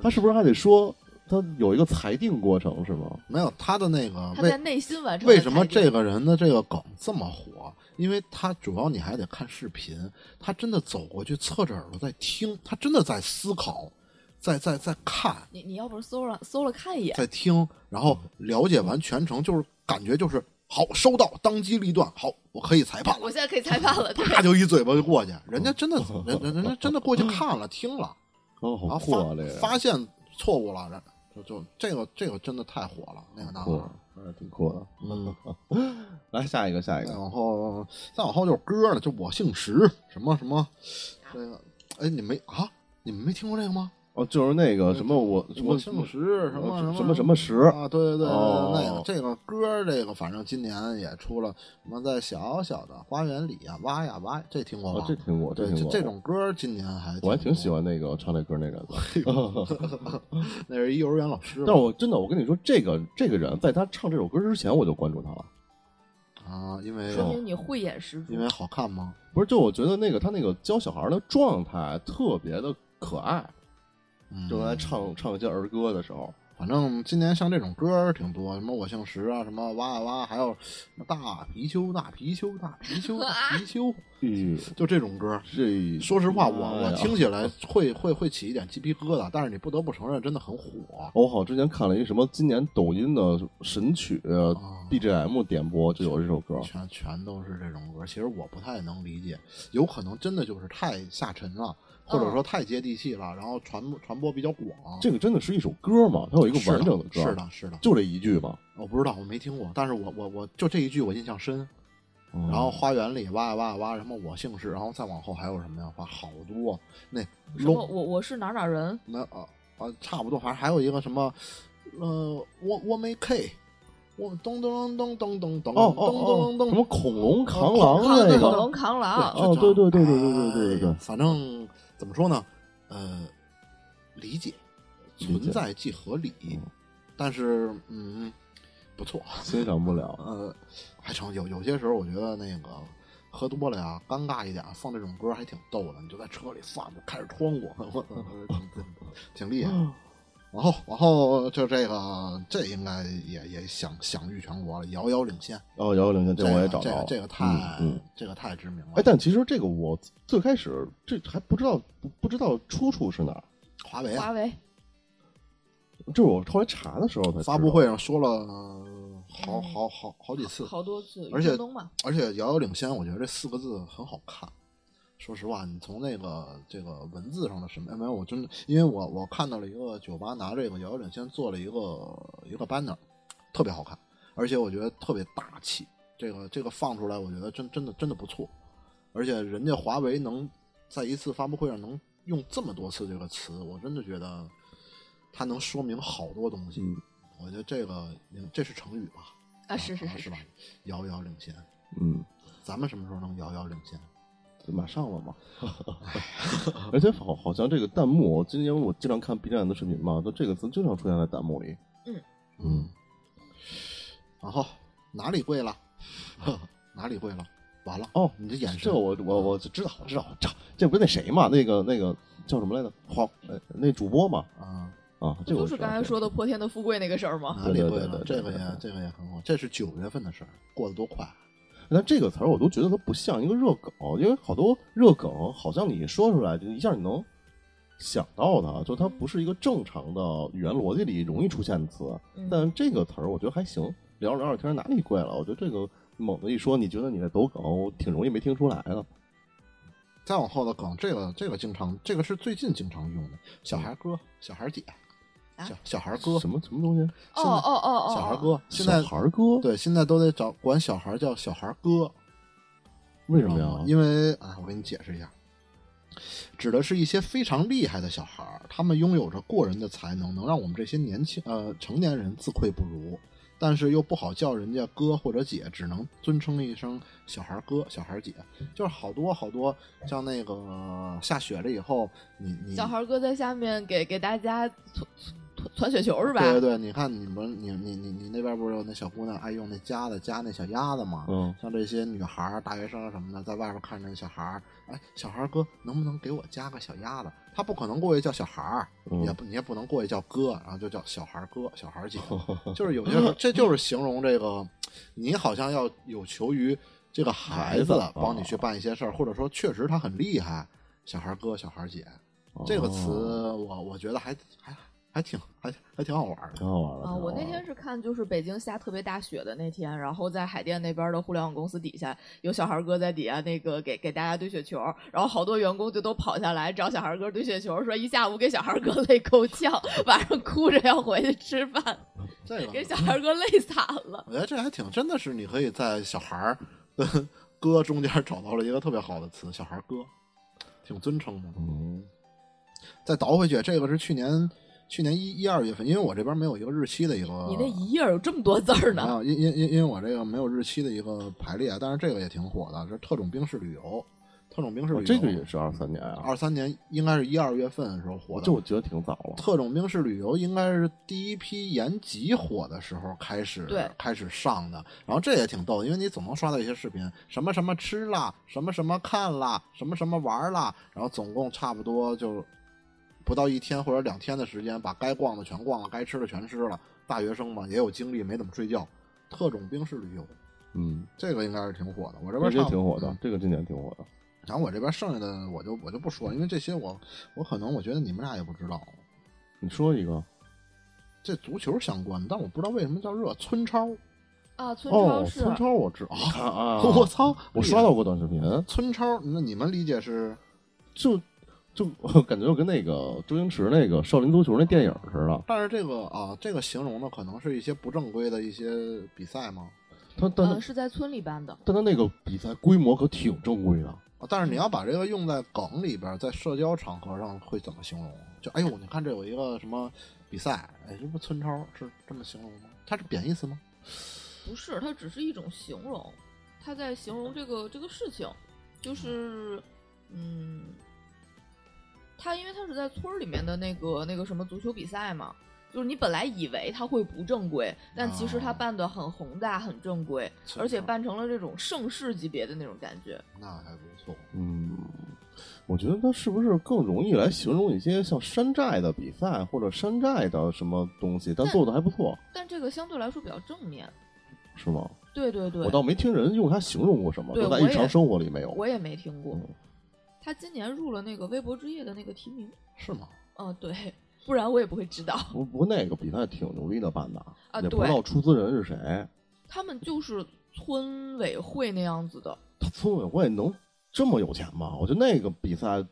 他是不是还得说他有一个裁定过程是吗？没有他的那个他为在内心完成了为什么裁定这个人的这个梗这么火？因为他主要你还得看视频，他真的走过去侧着耳朵在听，他真的在思考，在在在看。你你要不是搜了搜了看一眼，在听，然后了解完全程，就是感觉就是好收到，当机立断，好，我可以裁判我了，现在可以裁判了。对，啪就一嘴巴就过去，人家 真的，人人人家真的过去看了听了，哦，然后好酷发啊！这个发现错误了，然就就这个这个真的太火了，那个男酷孩，，嗯，挺酷的。嗯，来下一个，下一再个，往后再往后就是歌了，就我姓石什么什么，这个，哎，你没啊？你们没听过这个吗？哦，就是那个什么我什么哦我姓石，什么什么么什么石，啊，对对对，哦那个这个歌儿，这个反正今年也出了，什么在小小的花园里呀、挖呀挖，这听过哦吧？，这听过，对听这过。这种歌儿今年还我还挺喜欢。欢那个唱那歌那人的。哎 那是一幼儿园老师吧，但是我真的，我跟你说，这个这个人在他唱这首歌之前，我就关注他了。啊，因为说明你慧眼识珠因。为好看吗？不是，就我觉得那个他那个教小孩儿的状态特别的可爱，嗯就在唱唱一些儿歌的时候，反正今年像这种歌儿挺多，什么我姓石啊，什么哇呀哇，还有什么大貔貅、大貔貅、大貔貅、大貔貅，咦，就这种歌儿。这哎说实话，我哎我呀听起来会会会起一点鸡皮疙瘩，但是你不得不承认，真的很火。我好像之前看了一什么今年抖音的神曲呃哦 BGM 点播，就有这首歌。全全都是这种歌。其实我不太能理解，有可能真的就是太下沉了，或者说太接地气了，然后传播传播比较广。这个真的是一首歌吗？它有一个是完整的歌，是，的，是的，就这一句吗？我不知道，我没听过，但是我我我就这一句我印象深。然然后花园里挖呀挖呀挖，什么我姓氏，然后再往后还有什么呀？哇，好多那什么龙我我是哪儿哪儿人？那啊啊，差不多，反正还有一个什么，呃，我我没 K，我咚咚咚咚咚咚咚哦咚哦哦咚，什咚哦么咚，恐龙扛恐狼龙扛那狼恐个，龙扛对狼。哦这对种对对对对对对对哎反正怎么说呢，呃，理解理解嗯存在即合理，但是嗯，不错，欣赏不了。呃，还成有有些时候我觉得那个。喝多了呀，尴尬一点，放这种歌 还挺逗的。你就在车里放，就开始窗户，我操，挺挺挺厉害。往后往后就这个，这应该也也享享誉全国了，遥遥领先。哦，遥遥领先，这这我个也找这到个了。这个太、嗯嗯这个太知名了。哎，但其实这个我最开始这还不知道不不知道出处是哪儿，华为啊华，为这我后来查的时候才知道发布会上说了呃好好好好几次，好多次，而且中东嘛，而且遥遥领先，我觉得这四个字很好看。说实话，你从那个这个文字上的审美，哎没有，我真的，因为我我看到了一个酒吧拿这个遥遥领先做了一个一个 banner，特别好看，而且我觉得特别大气。这个这个放出来，我觉得真真的真的不错。而且人家华为能在一次发布会上能用这么多次这个词，我真的觉得它能说明好多东西。我觉得这个嗯这是成语吧？啊是是啊是是吧？遥遥领先。嗯，咱们什么时候能遥遥领先？马上了嘛。而且好好像这个弹幕，今年我经常看 B 站的视频嘛，就这个词经常出现在弹幕里。嗯，然后哪里贵了？哪里贵了？完了哦你这眼神，这我我我知道知道知道，这不是那谁嘛，那个那个叫什么来着？黄呃那主播嘛啊，啊，不这个就我是知道刚才说的破天的富贵那个事儿吗？哪里贵啊对对了？对对这个对也对这个也很好，这是九月份的事儿，过得多快。啊但这个词儿我都觉得它不像一个热梗，因为好多热梗好像你说出来就一下你能想到它，就它不是一个正常的语言逻辑里容易出现的词。嗯但这个词儿我觉得还行，聊着聊着天儿哪里怪了？我觉得这个猛的一说，你觉得你在抖梗，我挺容易没听出来的。再往后的梗，这个这个经常，这个是最近经常用的，小孩哥、小孩姐、啊小小孩哥、什么什么东西？哦哦哦哦，小孩哥，现在小孩儿哥？，对现在都得找管小孩叫小孩哥，为什么呀？因为啊，我给你解释一下，指的是一些非常厉害的小孩儿，他们拥有着过人的才能，能让我们这些年轻呃成年人自愧不如，但是又不好叫人家哥或者姐，只能尊称一声小孩儿哥、小孩儿姐。就是好多好多像那个、呃下雪了以后，你你小孩哥在下面给给大家传传传雪球是吧？对对对，你看你们你你你你那边不是有那小姑娘爱用那夹子夹那小鸭子吗？嗯，像这些女孩儿、大学生什么的，在外边看着那小孩儿，哎，小孩儿哥能不能给我加个小鸭子？他不可能过去叫小孩儿，嗯也不你也不能过去叫哥，然后就叫小孩儿哥、小孩儿姐，就是有些时候这就是形容这个，你好像要有求于这个孩子孩子帮你去办一些事儿，或者说确实他很厉害，小孩儿哥、小孩儿姐这个词哦我，我觉得还还还挺还还挺好玩儿的挺。好玩啊，的。挺好我玩那的天是看就是北京下特别大雪的那天，然后在海淀那边的互联网公司底下，有小孩哥在底下那个给给大家堆雪球，然后好多员工就都跑下来找小孩哥堆雪球，说一下午给小孩哥累够呛，晚上哭着要回去吃饭，这个给小孩哥累惨 了。我觉得这还挺，真的是你可以在小孩儿的 歌中间找到了一个特别好的词，小孩儿歌，挺尊称的。嗯，再倒回去，这个是去年去年一一二月份，因为我这边没有一个日期的一个，你那一页有这么多字儿呢？哦啊，因因因因为我这个没有日期的一个排列，啊但是这个也挺火的，是特种兵式旅游，特种兵式旅哦游，这个也是二三年啊，二三年应该是一二月份的时候火的，这我觉得挺早了。特种兵式旅游应该是第一批延吉火的时候开始对开始上的，然后这也挺逗，因为你总能刷到一些视频，什么什么吃啦，什么什么看啦，什么什么玩啦，然后总共差不多就不到一天或者两天的时间，把该逛的全逛了，该吃的全吃了。大学生嘛，也有精力，没怎么睡觉。特种兵式旅游，嗯，这个应该是挺火的。我这边这这差不多挺火的嗯，这个今年挺火的。然后我这边剩下的我就我就不说，因为这些我我可能我觉得你们俩也不知道。你说一个这足球相关，但我不知道为什么叫热村超。啊，村超哦，市，村超我知道啊， 我操！ 我刷到过短视频，村超，那你们理解是就就我感觉就跟那个周星驰那个《少林足球》那电影似的。但是这个啊，这个形容的可能是一些不正规的一些比赛吗？他但他嗯，是在村里办的。但他那个比赛规模可挺正规的。啊，但嗯是你要把这个用在梗里边，在社交场合上会怎么形容？就哎呦，你看这有一个什么比赛，哎，这不村超是这么形容吗？它是贬义词吗？不是，它只是一种形容，它在形容这个这个事情，就是，嗯，它因为它是在村儿里面的那个那个什么足球比赛嘛，就是你本来以为它会不正规，但其实它哦办的很宏大、很正规，村而且超办成了这种盛世级别的那种感觉。那还不错。嗯，我觉得它是不是更容易来形容一些像山寨的比赛或者山寨的什么东西，但但做的还不错，但这个相对来说比较正面。是吗？对对对，我倒没听人用它形容过什么，对就在我日常也生活里没有。我也没听过嗯。他今年入了那个微博之夜的那个提名，是吗？嗯，对，不然我也不会知道。不不，那个比赛挺牛逼的办的，啊也不知对道出资人是谁。他们就是村委会那样子的，他村委会能这么有钱吗？我觉得那个比赛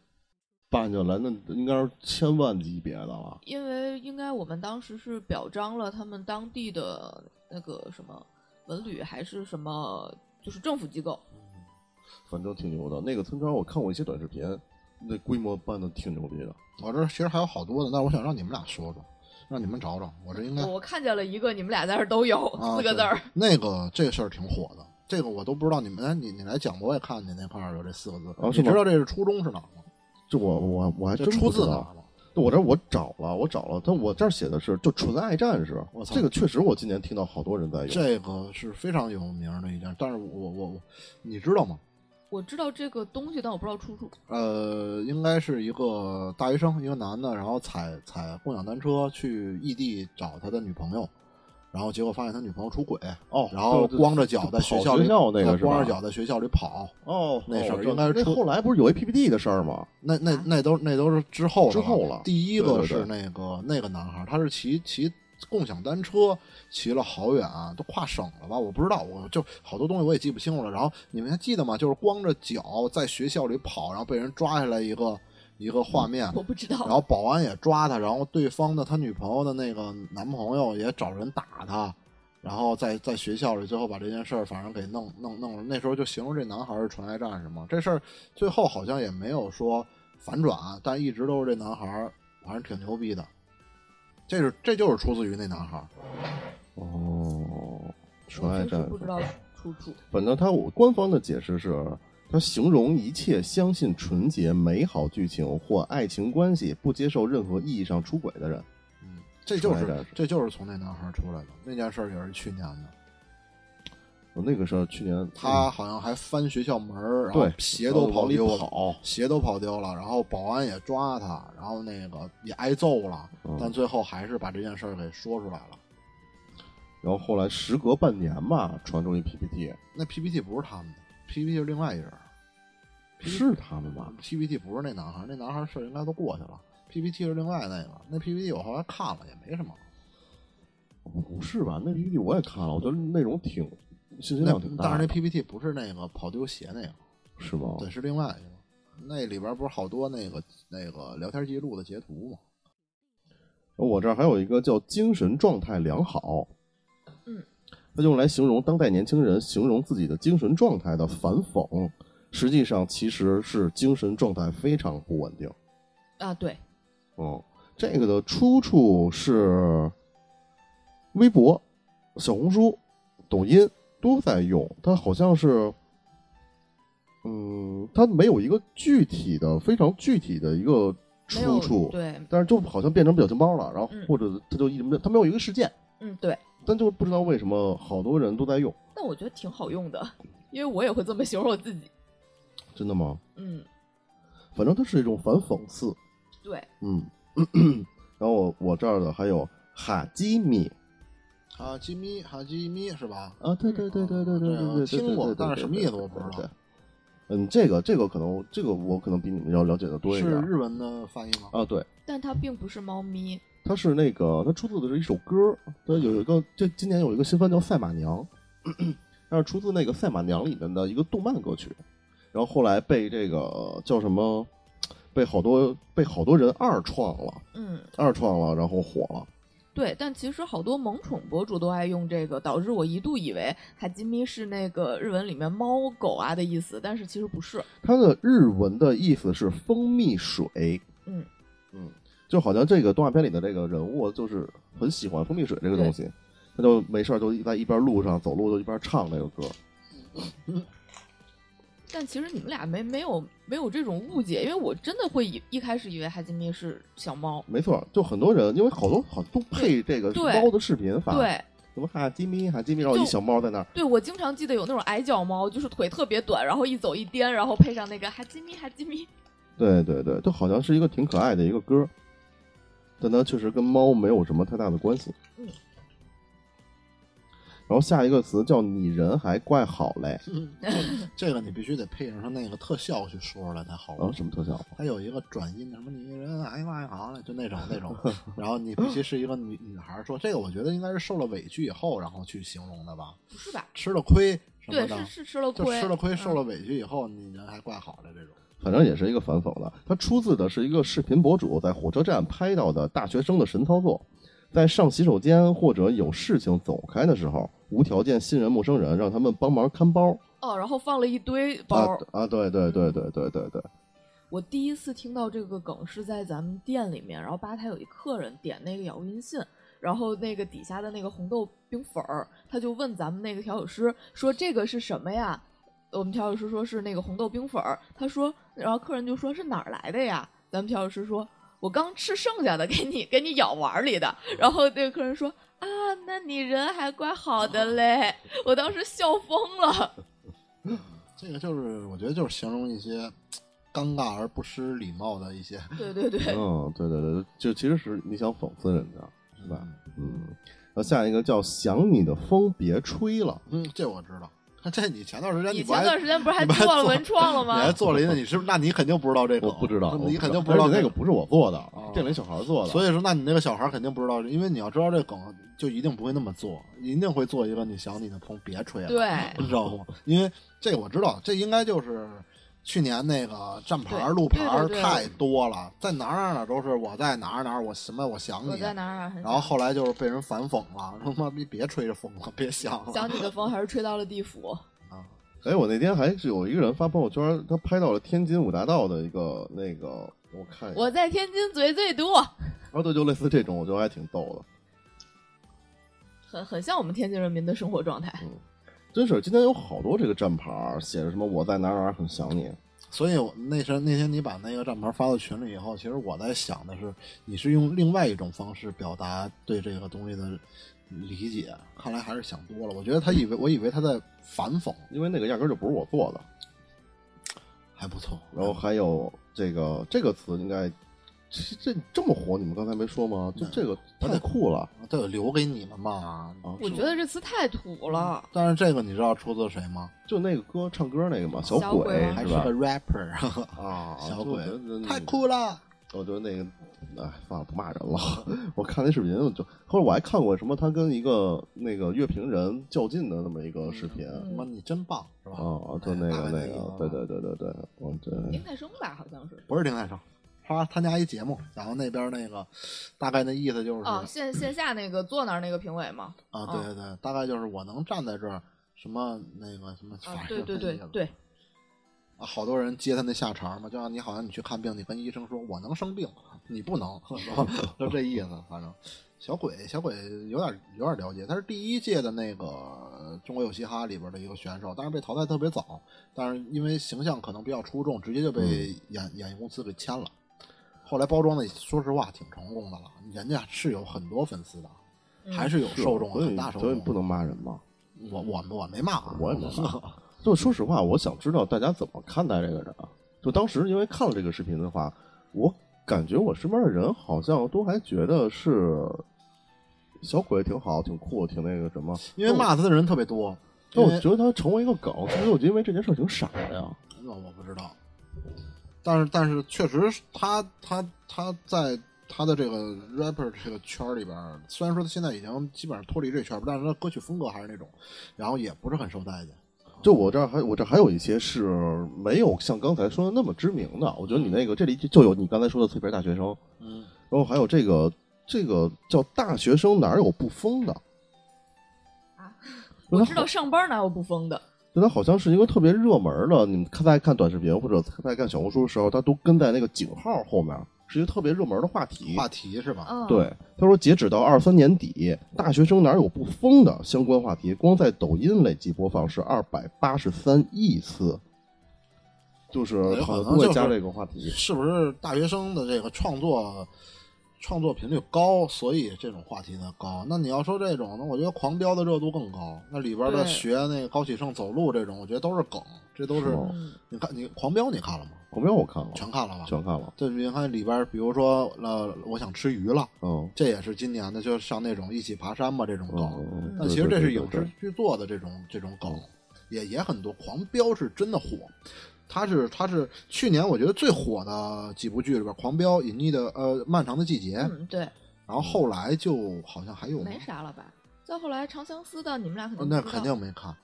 办下来，那应该是千万级别的了。因为应该我们当时是表彰了他们当地的那个什么文旅还是什么，就是政府机构。反正挺牛的。那个村庄我看过一些短视频，那规模办的挺牛逼的。我这其实还有好多的，但是我想让你们俩说说，让你们找找，我这应该我看见了一个，你们俩在这儿都有、啊四个字儿。对那个这个事儿挺火的，这个我都不知道你们，哎你你来讲吧，我也看见那块儿有这四个字，哦是你吗知道这是初中是哪儿吗？这我我我还这真出不知自哪道儿。吗？我这我找了，我找了，但我这儿写的是就纯爱战士我，操这个确实我今年听到好多人在用。这个是非常有名儿的一件，但是我我我，你知道吗？我知道这个东西，但我不知道出处。呃，应该是一个大学生，一个男的，然后踩踩共享单车去异地找他的女朋友，然后结果发现他女朋友出轨，哦，然后就光着脚在学校就跑学里，校那个对是吧光着脚在学校里跑，哦，那事儿我知道应该是那出后来不是有一 PPT 的事儿吗？那那那都那都是之后的之后了第一对个对是对那个那个男孩，他是骑骑共享单车骑了好远啊，都跨省了吧？我不知道，我就好多东西我也记不清楚了。然后你们还记得吗？就是光着脚在学校里跑，然后被人抓下来一个一个画面。我不知然道。后保安也抓他，然后对方的他女朋友的那个男朋友也找人打他，然后在在学校里最后把这件事儿反正给弄弄弄了。那时候就形容这男孩是纯爱战士嘛。这事儿最后好像也没有说反转，但一直都是这男孩儿反正挺牛逼的。这是这就是出自于那男孩儿，哦，纯我爱确实战不士知。道出处。反正它我官方的解释是，它形容一切相信纯洁、美好剧情或爱情关系，不接受任何意义上出轨的人。嗯，这就纯爱是战士这就是从那男孩儿出来的。那件事儿也是去年的，我那个时候去年他好像还翻学校门儿，然嗯后对鞋都跑往里丢了。跑，鞋都跑丢了，然后保安也抓他，然后那个也挨揍了，嗯但最后还是把这件事儿给说出来了。然后后来时隔半年吧，传出一 PPT，那 PPT 不是他们的，PPT 是另外一人啊是他们吧？ ，PPT 不是那男孩，那男孩事儿应该都过去了，PPT 是另外那个，那 PPT 我后来看了也没什么，不是吧？那 PPT 我也看了，我觉得内容挺信息那量挺但大的。是那 PPT 不是那个跑丢鞋那个，是吗？对，是另外一个。那里边不是好多那个那个聊天记录的截图吗？我这儿还有一个叫精神状态良好，嗯，它用来形容当代年轻人形容自己的精神状态的反讽，实际上其实是精神状态非常不稳定。啊，对，哦，这个的出处是微博、小红书、抖音都在用，它好像是，嗯，它没有一个具体的、非常具体的一个没出有处，对，但是就好像变成表情包了，然后嗯或者它就一直没有，它没有一个事件，嗯，对。但就不知道为什么好多人都在用，但我觉得挺好用的，因为我也会这么形容我自己。真的吗？嗯，反正它是一种反讽刺，对，嗯，然后我我这儿的还有哈基米哈基米哈基米是吧？啊，对对对对对对对对对，听过对对对但是什么意思我不对对知对道嗯，这个这个可能这个我可能比你们要了解的多一是点日文的翻译吗？啊，对，但它并不是猫咪。它是那个它出自的是一首歌，它有一个这今年有一个新番叫《赛马娘》，它是出自那个《赛马娘》里面的一个动漫歌曲，然后后来被这个呃叫什么，被好多被好多人二创了，嗯，二创了，然后火了。对，但其实好多萌宠博主都爱用这个，导致我一度以为哈基米是那个日文里面猫狗啊的意思，但是其实不是。它的日文的意思是蜂蜜水，嗯嗯，就好像这个动画片里的这个人物就是很喜欢蜂蜜水这个东西，他就没事儿就在一边路上走路就一边唱这个歌，但其实你们俩没没有没有这种误解，因为我真的会以一开始以为哈基米是小猫。没错，就很多人因为好多好都配这个对猫的视频发，，对什么哈基米哈基米，然后一就小猫在那儿，对，我经常记得有那种矮脚猫，就是腿特别短，然后一走一颠，然后配上那个哈基米哈基米，对对对，就好像是一个挺可爱的一个歌儿，但它确实跟猫没有什么太大的关系。嗯。然后下一个词叫“你人还怪好嘞这个你必须得配上上那个特效去说出来才”，好啊，玩。什么特效？它有一个转音，什么你人哎呀妈呀好嘞，就那种那种。然后你必须是一个女女孩儿说这个，我觉得应该是受了委屈以后，然后去形容的吧，不是吧？吃了亏什么对，的是，是吃了就亏，吃了亏嗯受了委屈以后，你人还怪好的这种。反正也是一个反讽了。它出自的是一个视频博主在火车站拍到的大学生的神操作，在上洗手间或者有事情走开的时候，无条件信任陌生人，让他们帮忙看包。哦，然后放了一堆包啊儿。啊，对对对对对对对，我第一次听到这个梗是在咱们店里面，然后吧台有一客人点那个杳无音信，然后那个底下的那个红豆冰粉儿，他就问咱们那个调酒师说这个是什么呀？我们调酒师说是那个红豆冰粉儿，他说，然后客人就说是哪儿来的呀？咱们调酒师说，我刚吃剩下的，给你给你舀碗儿里的。然后那个客人说啊，那你人还怪好的嘞，我当时笑疯 了。这个就是我觉得就是形容一些嘖尴尬而不失礼貌的一些，对对对，嗯，对对对，就其实是你想讽刺人家，是是吧？？嗯，然后下一个叫“想你的风别吹了嗯，这我知道。 这你前段时间你不前还段时间不是还你不还做了做文创了你吗还？做了一个，你是不是那你肯定不知道这”，个，我不知道，哦你肯定我不不知知道道而且那个不是我做的哦，店里小孩做的。所以说，那你那个小孩儿肯定不知道，因为你要知道这梗，就一定不会那么做，一定会做一个你想你的风别吹了，对，你知道吗？因为这个我知道，这应该就是去年那个站牌儿、对路牌儿对对对太多了，在哪儿哪儿哪儿都是我在哪儿哪儿，我什么我想我你，在哪儿啊？很然后后来就是被人反讽了，说妈逼别吹着风了，别想了，想你的风还是吹到了地府。啊，哎，我那天还是有一个人发朋友圈，他拍到了天津五大道的一个那个，我看一下，我在天津嘴最多，啊，对，就类似这种，我觉得还挺逗很很像我们天津人民的生活状态。的。真是，今天有好多这个站牌儿写着什么“我在哪儿哪儿很想你所以我那时候那天你把那个站牌发到群里以后，其实我在想的是，你是用另外一种方式表达对这个东西的理解，看来还是想多了。我觉得他以为我以为他在反讽，”，因为那个压根儿就不是我做的。还不错。然后还有这个这个词应该，这这这么火，你们刚才没说吗？就这个嗯太酷了。他有留给你们嘛？啊我觉得这词太土了，但是这个你知道出自谁吗？就那个歌唱歌那个嘛，小鬼鬼还是是吧个？rapper，啊，小就鬼我觉得那太酷了。我觉得那个，哎，算了，不骂人了。 我看那视频，我就后来我还看过什么，他跟一个那个乐评人较劲的那么一个视频。什嗯么你真棒是吧？哦，就那个哎那嗯大个，对对对概意思吧对对，我这林太生吧，好像是。不是丁太生，他参加一节目，然后那边那个大概那意思就是啊，线线下那个坐那儿那个评委嘛，啊，啊对对对，大概就是我能站在这儿，什么那个什么，啊，反正对对就对那个对，啊，好多人接他那下茬儿嘛，就像你好像你去看病，你跟医生说我能生病，啊你不能，是吧就这意思。反正小鬼小鬼有点有点了解，他是第一届的那个呃中国有嘻哈里边的一个选手，但是被淘汰特别早，但是因为形象可能比较出众，直接就被嗯演、演艺公司给签了。后来包装的，说实话挺成功的了，人家是有很多粉丝的，嗯还是有受众的，啊所以很大受所以众的。不能骂人嘛。我我我没骂啊，我也没骂就说实话，我想知道大家怎么看待这个人啊。就当时因为看了这个视频的话，我感觉我身边的人好像都还觉得是小鬼挺好，挺酷，挺那个什么。 因为骂他的人特别多。但我因为哦觉得他成为一个梗，是不是？我觉得因为这件事儿挺傻的呀。那我不知道，但是但是确实是他他他在他的这个 rapper 这个圈儿里边儿，虽然说他现在已经基本上脱离这圈儿，但是他歌曲风格还是那种，然后也不是很受待见。就我这儿还我这儿还有一些是没有像刚才说的那么知名的。我觉得你那个这里就有你刚才说的脆皮大学生，嗯，然后还有这个这个叫大学生哪有不疯的啊？就我他知道上班哪有不疯的，就它好像是一个特别热门的，你们看在看短视频或者在看小红书的时候，它都跟在那个井号后面，是一个特别热门的话题。话题是吧？嗯，，对，他说截止到二三年底，大学生哪有不疯的相关话题，光在抖音累计播放是二百八十三亿次，就是哎好好像像都会就是加这个话题。是不是大学生的这个创作创作频率高，所以这种话题呢高？那你要说这种，那我觉得《狂飙》的热度更高。那里边的对学那个高启盛走路这种，我觉得都是梗，这都是是吗嗯，你看你《狂飙》你看了吗？狂飙我看了，全看了吧？全看了，对，你看里边儿，比如说呃，我想吃鱼了，嗯，这也是今年的，就像那种一起爬山吧这种梗。嗯，对但哦其实对这是对影对视剧做的这种这种梗，也也很多。狂飙是真的火，它是它是去年我觉得最火的几部剧里边，《狂飙》《隐匿的呃漫长的季节》，嗯，对，然后后来就好像还有吗没啥了吧？再后来《长相思》的，你们俩肯呃定那不知肯道定没看。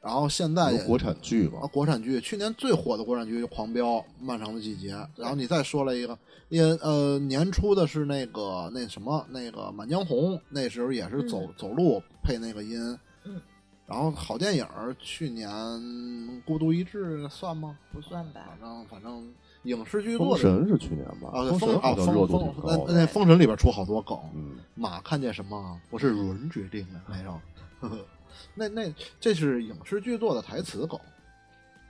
然后现在对也有国产剧吧啊，，国产剧去年最火的国产剧就《狂飙》《漫长的季节》，然后你再说了一个，也呃年初的是那个那什么那个《满江红》，那时候也是走、嗯走路配那个音，嗯，然后好电影儿去年《孤独一掷》算吗？不算吧反正反正影视剧封做的神是去年吧？啊，封封神啊好像封热度封挺高那的，那封神里边出好多梗，嗯，马看见什么不是人决定的那种。 呵呵那那这是影视剧做的台词梗，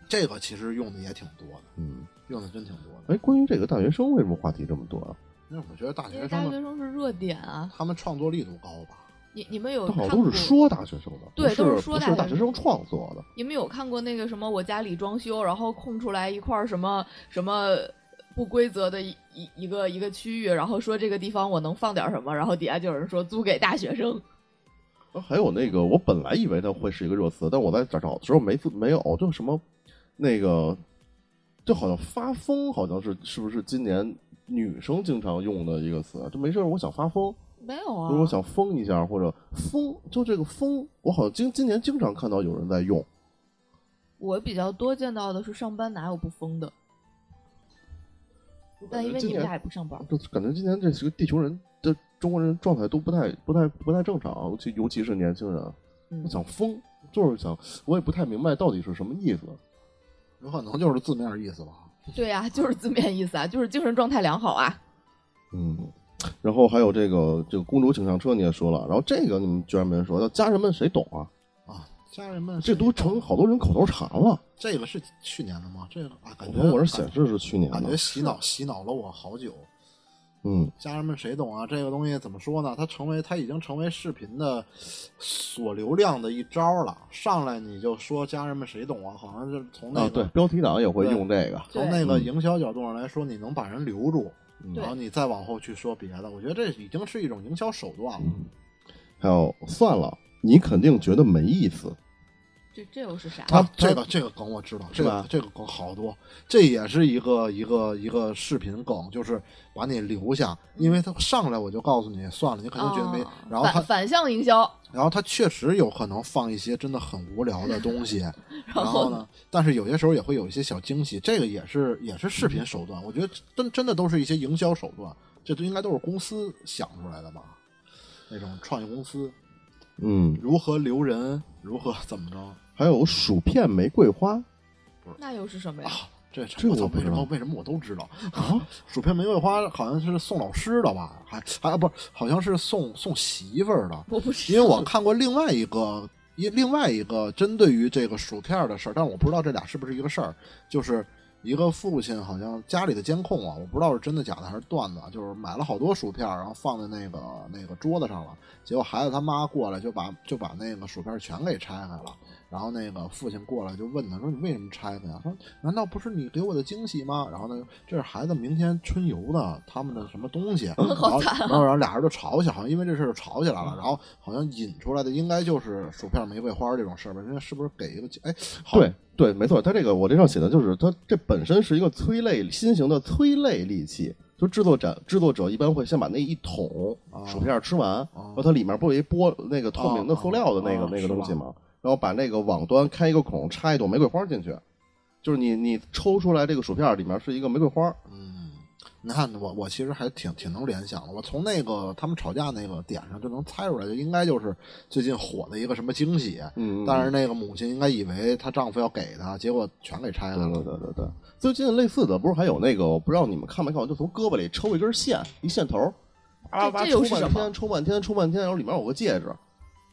这个其实用的也挺多的，嗯，用的真挺多的。哎，关于这个大学生为什么话题这么多啊？那我觉得大因学为生大们学生是热点啊。他们创作力度高吧？你你们有但好看像都过是？说大学生的，对不都是是说不大是学大学生创作的，你们有看过那个什么？我家里装修，然后空出来一块儿什么什么不规则的一一一个一个区域，然后说这个地方我能放点什么，然后底下就有人说租给大学生。啊还有那个，我本来以为它会是一个热词，但我在找找的时候没字没有，就什么那个，就好像发疯，好像是是不是今年女生经常用的一个词？啊就没事儿，我想发疯，没有比啊，如我想疯一下，或者疯，就这个疯，我好像今今年经常看到有人在用。我比较多见到的是上班哪有不疯的？但因为今你们年俩也不上班，就感觉今年这几个地球人的中国人状态都不太不太不太正常，尤其尤其是年轻人，啊嗯我想疯，就是想，我也不太明白到底是什么意思。有可能就是字面意思吧。对呀、就是字面意思啊，就是精神状态良好啊。嗯，然后还有这个这个公主请上车，你也说了，然后这个你们居然没人说，那家人们谁懂啊？啊，家人们，这都成好多人口头禅了。这个是去年的吗？这个啊，感我觉看我是显示是去年感觉的，洗脑洗脑了我好久。嗯，家人们谁懂啊？这个东西怎么说呢？它成为它已经成为视频的锁流量的一招了。上来你就说家人们谁懂啊？好像是从那啊个、对，标题党也会用这个，对从那个嗯营销角度上来说，你能把人留住，嗯对然后你再往后去说别的，我觉得这已经是一种营销手段嗯了。还有算了，你肯定觉得没意思，这这又是啥？他啊这个这个梗我知道，是这吧个这个梗好多，这也是一个一个一个视频梗，就是把你留下，因为他上来我就告诉你算了，你肯定觉得没，哦然后他反反向营销，然后他确实有可能放一些真的很无聊的东西， 然后后呢，但是有些时候也会有一些小惊喜，这个也是也是视频手段，我觉得真真的都是一些营销手段，这都应该都是公司想出来的吧？那种创业公司嗯，如何留人，如何怎么着？还有薯片玫瑰花，那又是什么呀？这这我我操，不为知什道么为什么我都知道啊？薯片玫瑰花好像是送老师的吧？还还、不是，好像是送送媳妇儿的，我不知因为我看过另外一个一另外一个针对于这个薯片儿的事儿，但我不知道这俩是不是一个事儿，就是一个父亲好像家里的监控啊，我不知道是真的假的还是段子啊，就是买了好多薯片儿，然后放在那个那个桌子上了，结果孩子他妈过来就把就把那个薯片儿全给拆开了。然后那个父亲过来就问他说：“你为什么拆开呀？”他说：“难道不是你给我的惊喜吗？”然后呢，这是孩子明天春游的他们的什么东西，然后然后然后俩人就吵起来，好像因为这事儿就吵起来了。然后好像引出来的应该就是薯片玫瑰花这种事儿吧？人家是不是给一个哎？好对对，没错，它这个我这上写的就是它这本身是一个催泪新型的催泪利器。就制作者制作者一般会先把那一桶哦薯片吃完，然后它里面不有一玻那个透明的塑料的那个、哦哦那个东西是吗？然后把那个网端开一个孔，插一朵玫瑰花进去，就是你你抽出来这个薯片里面是一个玫瑰花，嗯，你看我我其实还挺挺能联想的，我从那个他们吵架那个点上就能猜出来，就应该就是最近火的一个什么惊喜。嗯，但是那个母亲应该以为她丈夫要给她，结果全给拆开对对了。对对对，最近类似的不是还有那个，我不知道你们看没看过，就从胳膊里抽一根线，一线头，啊哇这又抽是什半么天，抽半天，抽半天，然后里面有个戒指，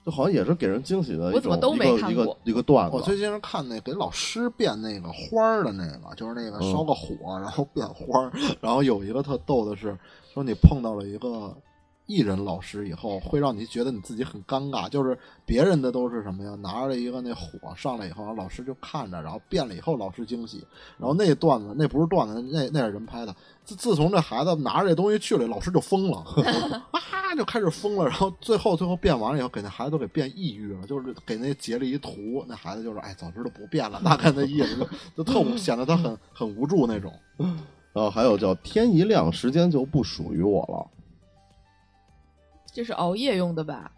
就好像也是给人惊喜的一种，我怎么都没看一个一个过一个段我子。最近是看那给老师变那个花儿的那个，就是那个嗯烧个火、然后变花儿，然后有一个特逗的是说你碰到了一个艺人老师以后，会让你觉得你自己很尴尬。就是别人的都是什么呀？拿着一个那火上来以后，然后老师就看着，然后变了以后，老师惊喜。然后那段子那不是段子，那那是人拍的。自自从这孩子拿着这东西去了，老师就疯了， 啊就开始疯了。然后最后最后变完了以后，给那孩子都给变抑郁了，就是给那截了一图。那孩子就是哎，早知道不变了，大概那意思就就特无显得他很很无助那种。然呃后还有叫天一亮，时间就不属于我了。这是熬夜用的吧？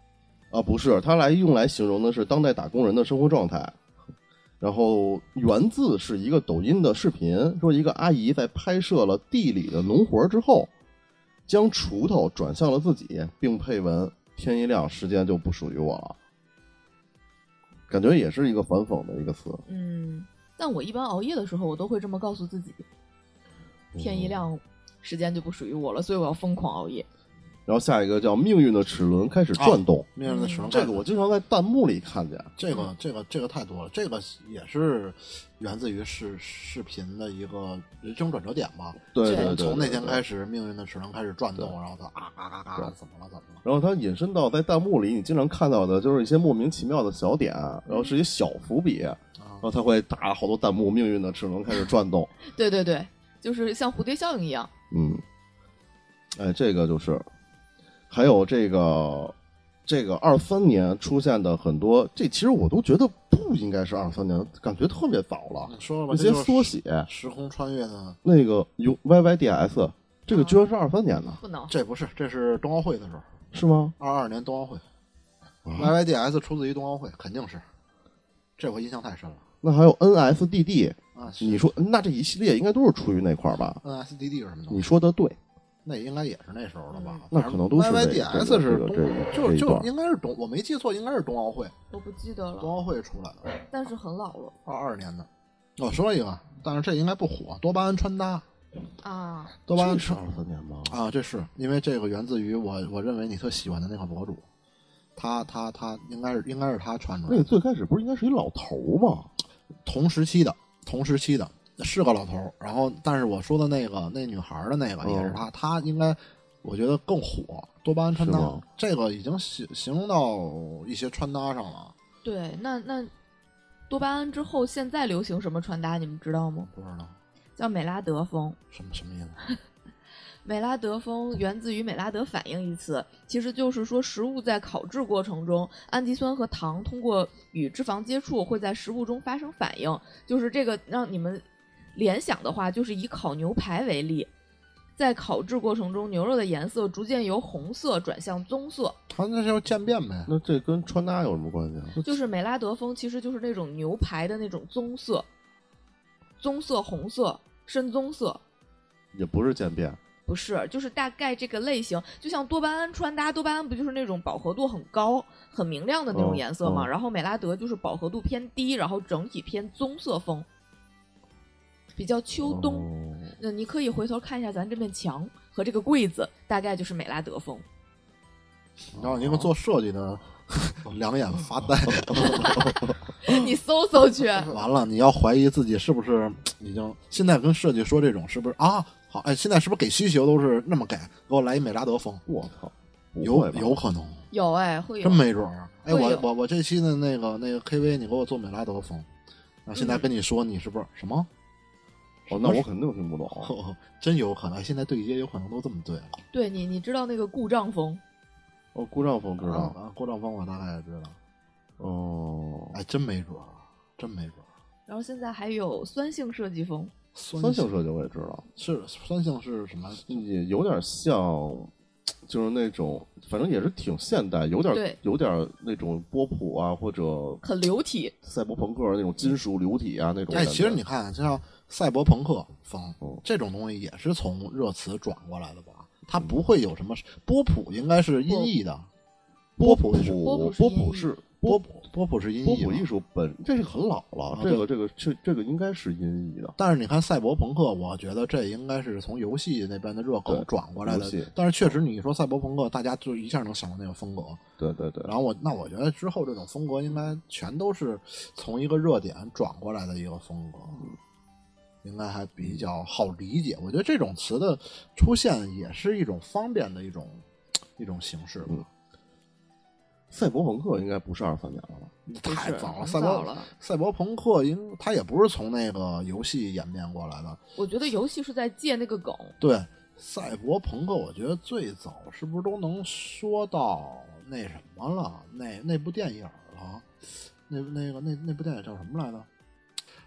啊，不是，它来用来形容的是当代打工人的生活状态。然后源自是一个抖音的视频，说一个阿姨在拍摄了地里的农活之后，将锄头转向了自己，并配文“天一亮，时间就不属于我了”。感觉也是一个反讽的一个词。嗯，但我一般熬夜的时候，我都会这么告诉自己：天一亮，时间就不属于我了，所以我要疯狂熬夜。然后下一个叫“命运的齿轮开始转动面对的时”，候，啊这个我经常在弹幕里看见。嗯这个这个这个太多了，这个也是源自于视视频的一个人生转折点吧。对从对对对从那天对开始，命运的齿轮开始转动，对然后他啊嘎嘎嘎，怎么了怎么了？然后它引申到在弹幕里，你经常看到的就是一些莫名其妙的小点，啊然后是一小伏笔，啊啊然后它会打好多弹幕，命运的齿轮开始转动。对对对，就是像蝴蝶效应一样。嗯，哎，这个就是，还有这个这个二三年出现的很多，这其实我都觉得不应该是二三年，感觉特别早了。你说吧，那这些就是缩写，时空穿越呢？那个有 YYDS，这个居然是二三年的，不能，这不是，这是冬奥会的时候，是吗？二二年冬奥会，YYDS 啊出自于冬奥会，肯定是，这我印象太深了那还有 NSDD，啊。是你说那这一系列应该都是出于那块儿吧？ NSDD 是什么东你西？说的对。那应该也是那时候的吧？那可能都是这个 YYDS 是冬这个，这就个就这一段应该是冬，我没记错，应该是冬奥会，我不记得冬了，奥会出来的。但是很老了二二年的。我说一个，但是这应该不火，多巴胺穿搭，啊。多巴胺这是穿二三年吗？啊，这是因为这个源自于我我认为你特喜欢的那个博主，他他他应该是应该是他穿出那来个的，最开始不是应该是一老头儿吗？同时期的同时期的是个老头儿，然后但是我说的那个那女孩儿的那个嗯也是他，他应该我觉得更火，多巴胺穿是搭吗这个已经形形容到一些穿搭上了，对，那那多巴胺之后，现在流行什么穿搭，你们知道吗？不知道叫美拉德风。什么什么意思？美拉德风源自于美拉德反应一词，其实就是说食物在烤制过程中，氨基酸和糖通过与脂肪接触，会在食物中发生反应。就是这个让你们联想的话，就是以烤牛排为例，在烤制过程中，牛肉的颜色逐渐由红色转向棕色，他那是要渐变呗，那这跟穿搭有什么关系啊？就是美拉德风，其实就是那种牛排的那种棕色、棕色、红色、深棕色，也不是渐变，不是，就是大概这个类型，就像多巴胺穿搭，多巴胺不就是那种饱和度很高、很明亮的那种嗯颜色嘛？嗯然后美拉德就是饱和度偏低，然后整体偏棕色风，比较秋冬。哦那、你可以回头看一下咱这面墙和这个柜子，大概就是美拉德 风。然后一个做设计的哦 两眼发呆。你搜搜 去，完了，你要怀疑自己是不是已经现在跟设计说这种是不是啊？好，哎，现在是不是给需求都是那么给？给我来一美拉德风，我操，不有会吧有可能，有哎，会有真。没准儿。哎，会我有我我这期的那个那个 KV，你给我做美拉德风，啊，现在跟你说你是不是什么？哦，那我肯定听不懂。真有可能，现在对接有可能都这么对了。对你，你知道那个故障风，哦，故障风知道。啊，郭兆峰我大概也知道。哦，哎，真没准儿，真没准儿。然后现在还有酸性设计风，酸三性设计我也知道，是酸性是什么？也有点像，就是那种，反正也是挺现代，有点对有点那种波普啊，或者很流体。赛博朋克那种金属流体啊那种感哎，觉。其实你看，就像赛博朋克风嗯这种东西，也是从热词转过来的吧？它不会有什么波普，应该是音译的。波普普是波普是波音普译是波波普波普是音波译普嘛艺术本这是很老了啊，这个这个这这个应该是音译的。但是你看赛博朋克，我觉得这应该是从游戏那边的热狗对转过来的游戏。但是确实，你说赛博朋克，大家就一下能想到那个风格。对对对，然后我那我觉得之后这种风格应该全都是从一个热点转过来的一个风格，应该还比较好理解。我觉得这种词的出现也是一种方便的一种一种形式吧。嗯赛博朋克应该不是二三年了吧？不太是早了，啊很赛早博了赛博朋克应它也不是从那个游戏演变过来的，我觉得游戏是在借那个梗，对，赛博朋克，我觉得最早是不是都能说到那什么了？那那部电影了？那那个那那部电影叫什么来着？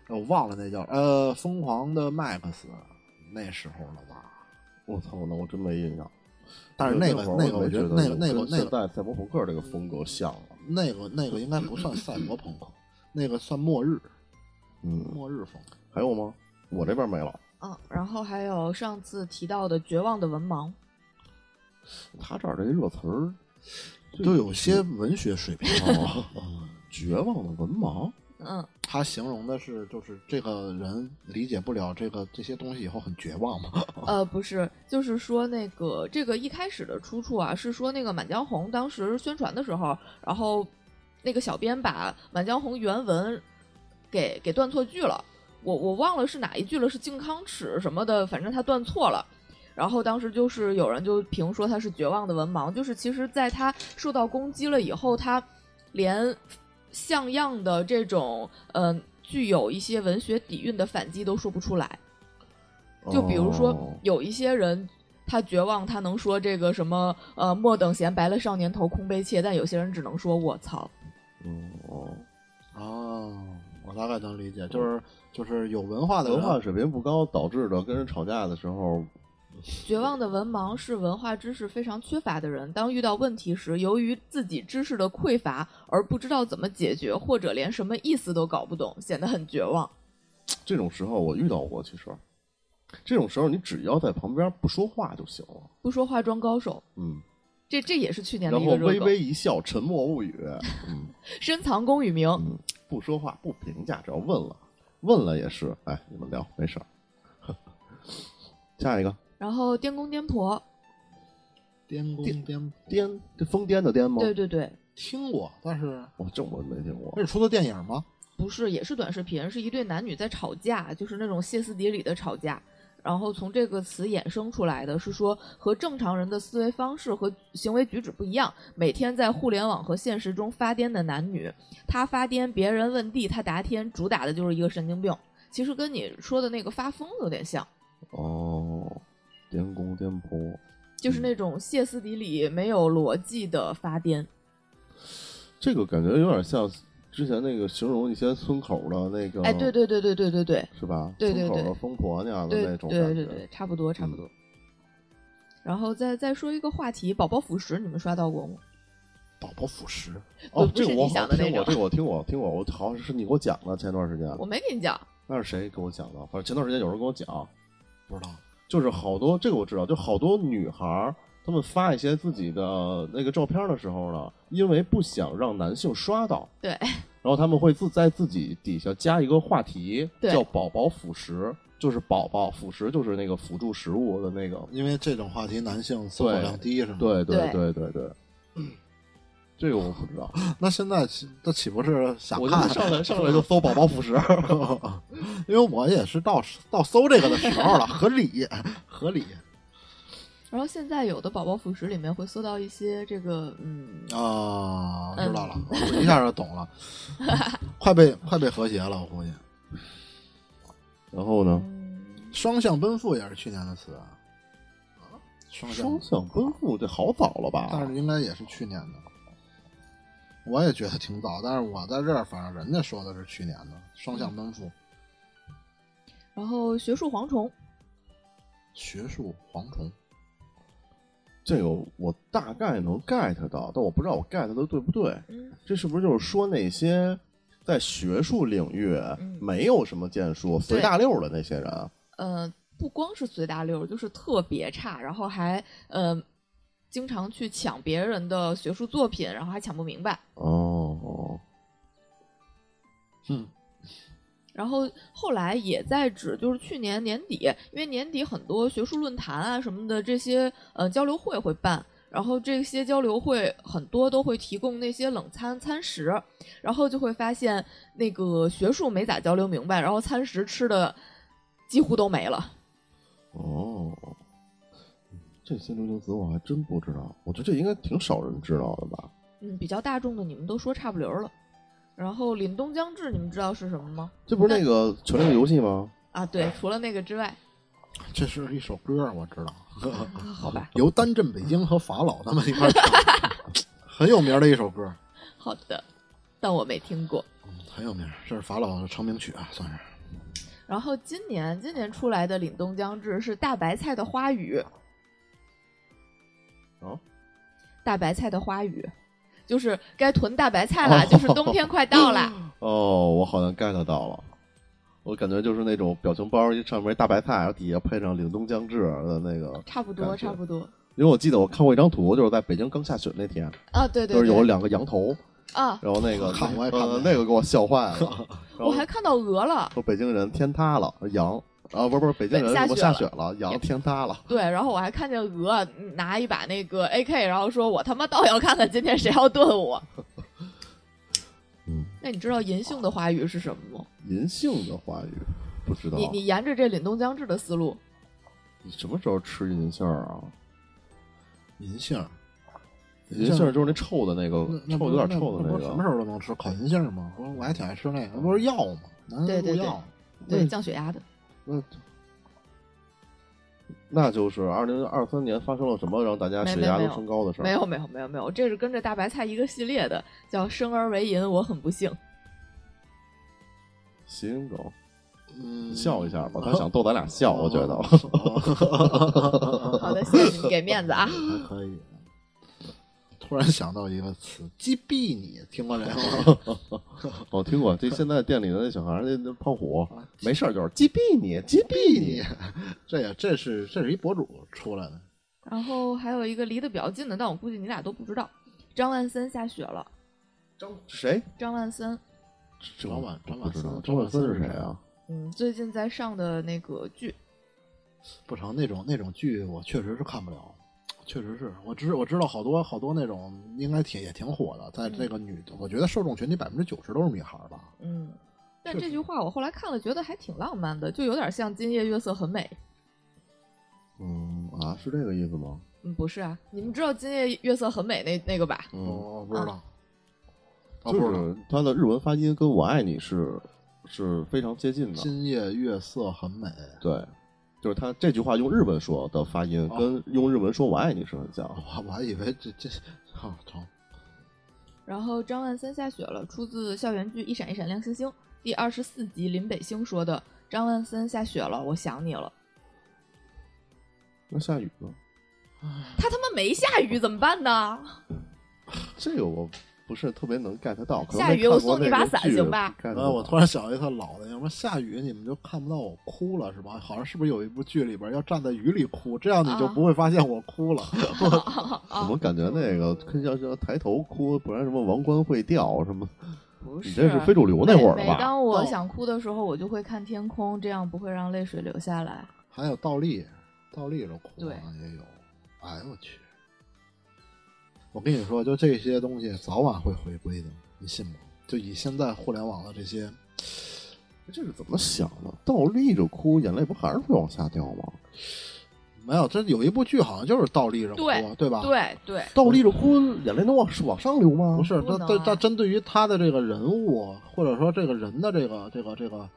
哎我忘了那叫呃，《疯狂的麦克斯》那时候了吧？我操，那我真没印象。但是那个会儿那个，我我也觉得没那个那有个跟那现个在赛博朋克这个风格像了。那个那个应该不算赛博朋克，那个算末日嗯，末日风。还有吗？我这边没了。嗯，然后还有上次提到的《绝望的文盲》，他这儿这些热词儿，就有些文学水平， 嗯哦绝望的文盲，嗯，他形容的是就是这个人理解不了这个这些东西以后很绝望嘛。呃，不是，就是说那个这个一开始的出处啊，是说那个《满江红》当时宣传的时候，然后那个小编把《满江红》原文给给断错句了，我我忘了是哪一句了，是靖康耻什么的，反正他断错了。然后当时就是有人就评说他是绝望的文盲，就是其实在他受到攻击了以后，他连像样的这种嗯、呃具有一些文学底蕴的反击都说不出来。就比如说哦，有一些人他绝望，他能说这个什么呃“莫等闲，白了少年头，空悲切”，但有些人只能说“我操嗯哦，哦，我大概能理解，就是就是有文化的人嗯文化水平不高导致的跟人吵架的时候，”。绝望的文盲是文化知识非常缺乏的人，当遇到问题时，由于自己知识的匮乏而不知道怎么解决，或者连什么意思都搞不懂，显得很绝望。这种时候我遇到过。其实，这种时候你只要在旁边不说话就行了。不说化妆高手，嗯，这这也是去年的一然后个热微梗。微一笑，沉默物语。嗯。深藏功与名，嗯，不说话，不评价，只要问了，问了也是，哎，你们聊没事儿。下一个然后颠公颠婆，颠公颠婆颠，这疯癫的癫吗？对对对，听过，但是我这我没听过那。是出的电影吗？不是，也是短视频，是一对男女在吵架，就是那种歇斯底里的吵架。然后从这个词衍生出来的是说，和正常人的思维方式和行为举止不一样，每天在互联网和现实中发癫的男女，他发癫，别人问地，他答天，主打的就是一个神经病。其实跟你说的那个发疯有点像，哦，颠公颠婆，就是那种歇斯底里、没有逻辑的发癫。这个感觉有点像之前那个形容一些村口的那个，哎，对，对对对对对对是吧？对对对村口的疯婆娘的对那种感对觉。对嗯对，差不多差不多。然后再再说一个话题，宝宝辅食，你们刷到过吗？宝宝辅食，哦，不这是个我你好想像的听那过，种这个我听过，我听过，我好像是你给我讲的，前段时间我没跟你讲，那是谁给我讲的？反正前段时间有人跟我讲，不知道。就是好多这个我知道，就好多女孩儿，她们发一些自己的呃那个照片的时候呢，因为不想让男性刷到，对，然后他们会自在自己底下加一个话题，对叫“宝宝辅食”，就是宝宝辅食，就是那个辅助食物的那个，因为这种话题男性搜索量低是吗？。对对对对对对，嗯这个我不知道，那现在岂这岂不是想我就看？上 来上来就搜“宝宝辅食”，因为我也是到到搜这个的时候了，合理合理然后现在有的宝宝辅食里面会搜到一些这个，嗯，啊，嗯知道了，我一下就懂了，快被快被和谐了，我估计。然后呢，双向奔赴也是去年的词啊，嗯双向双向奔赴这好早了吧？但是应该也是去年的。我也觉得挺早，但是我在这儿，反正人家说的是去年的双向奔赴、然后学术蝗虫，学术蝗虫，这个我大概能 get 到，但我不知道我 get 的对不对。嗯这是不是就是说那些在学术领域嗯没有什么建树、随大溜儿的那些人？呃，不光是随大溜儿，就是特别差，然后还呃，经常去抢别人的学术作品，然后还抢不明白。哦，嗯，然后后来也在指，就是去年年底，因为年底很多学术论坛啊什么的这些呃交流会会办，然后这些交流会很多都会提供那些冷餐餐食，然后就会发现那个学术没咋交流明白，然后餐食吃的几乎都没了。哦，这些流行词我还真不知道，我觉得这应该挺少人知道的吧？嗯，比较大众的你们都说差不离儿了。然后《凛冬将至》，你们知道是什么吗？这不是那个《权力的游戏》吗？啊，对，除了那个之外， 这是一首歌，我知道，好吧，由单振北京和法老他们一块儿唱 的，很有名的一首歌，好的，但我没听过。嗯很有名，这是法老的成名曲啊，算是。然后今年今年出来的《凛冬将至》是大白菜的花语。哦，大白菜的花语，就是该囤大白菜啦， 就是冬天快到啦。哦，我好像 get 到了，我感觉就是那种表情包，一上面一大白菜，然后底下配上凛冬将至的那个，差不多，感觉差不多。因为我记得我看过一张图，就是在北京刚下雪那天，啊，对对就是有对两个羊头，啊，然后那个看我也看呃过那个给我笑坏 了，然我后还看到鹅了。说北京人天塌了，羊啊不是不是北京人下怎么雪下了雪了，羊天塌了，对，然后我还看见鹅拿一把那个 AK，然后说我他妈倒要看看今天谁要炖我。 嗯，那你知道银杏的花语是什么吗？银杏的花语不知道你你沿着这凛冬将至的思路，你什么时候吃银杏儿啊？银杏儿，银杏儿就是那臭的那个那，那臭不有点臭的那不是什么时个。候都能吃烤银杏儿吗？我我还挺爱吃那个，那不是药吗？南对安对对入药，对嗯降血压的。那那就是二零二三年发生了什么让大家血没没没压都有升高的事儿？没有没有没有没有，这是跟着大白菜一个系列的，叫“生而为淫，我很不幸谐音梗，嗯，你笑一下吧。他想逗咱俩 笑，我觉得。得”。嗯好的，谢谢你们给面子啊。还可以。啊 突然想到一个词，击毙你，听过这个吗？我听过，这现在店里的那小孩儿，那那胖虎啊，没事儿就是击毙你，击毙你你。， 这也这是这是一博主出来的，然后还有一个离得比较近的，但我估计你俩都不知道，张万森下雪了。谁？张万森，这张婉张不婉知道森，张张婉婉森森是谁啊？？嗯，最近在上的那个剧，不成那种那种剧，我确实是看不了。确实是我知我知道好多好多那种应该挺也挺火的，在这个女，我觉得受众群体百分之九十都是女孩儿吧。嗯，但确这句话我后来看了，觉得还挺浪漫的，就有点像《今夜月色很美》。嗯啊，是这个意思吗？嗯，不是啊，你们知道《今夜月色很美那》那个吧？嗯，我啊不知道，我就哦不知道。是他的日文发音跟我爱你是是非常接近的。今夜月色很美，对，就是他这句话用日文说的发音，哦跟用日文说“我爱你”是很像。我我还以为这这啊成然后张万森下雪了，出自校园剧《一闪一闪亮星星》第二十四集，林北星说的。张万森下雪了，我想你了。那下雨呢？他他妈没下雨怎么办呢？这个我不是特别能 get 到。可能下雨没看我过送你那个把伞剧行吧？ get 不啊！我到突然想起他老的，要么下雨你们就看不到我哭了是吧？好像是不是有一部剧里边要站在雨里哭，这样你就啊不会发现我哭了。 哦怎么感觉那个跟要要抬头哭，不然什么王冠会掉什么？不你这是非主流那会儿每每吧？当我想哭的时候，我就会看天空，这样不会让泪水流下来。还有倒立，倒立着哭对啊也有。哎呦我去！我跟你说，就这些东西早晚会回归的，你信吗？就以现在互联网的这些，这是怎么想的？倒立着哭，眼泪不还是会往下掉吗？没有，这有一部剧好像就是倒立着哭，啊对对吧？对对，倒立着哭，眼泪能往往上流吗？不是，不他能他啊他针对于他的这个人物，或者说这个人的这个这个这个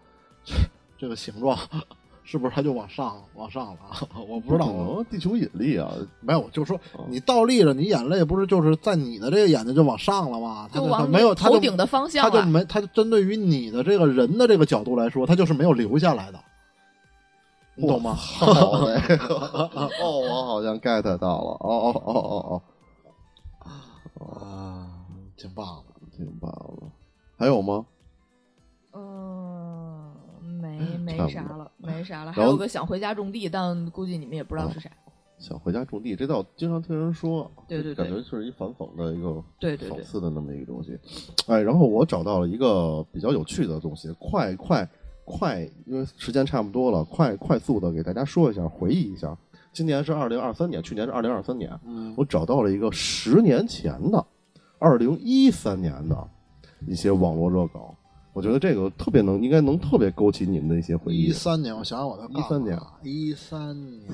这个形状， 是不是他就往上往上了 啊？我不知道，可我能地球引力啊，没有，我就说哦你倒立着，你眼泪不是就是在你的这个眼睛就往上了吗？他就他往你没有，他头就顶的方向啊他就了。没，他就针对于你的这个人的这个角度来说，他就是没有留下来的，你懂吗？好嘞，哦，我好像 get 到了，哦哦哦哦啊，挺棒的。哦，挺棒了。还有吗？嗯，没差没不啥多了，没啥了。然还后有个想回家种地，但估计你们也不知道是啥。想回家种地，这倒经常听人说，啊对对对感觉是一反讽的一个对对对讽刺的那么一个东西。哎，然后我找到了一个比较有趣的东西，快快快，因为时间差不多了，快快速的给大家说一下，回忆一下，今年是二零二三年，去年是二零二三年，嗯，我找到了一个十年前的，二零一三年的一些网络热梗，我觉得这个特别能，应该能特别勾起你们的一些回忆啊哎一。三年，我想想我在干嘛13年，一三年，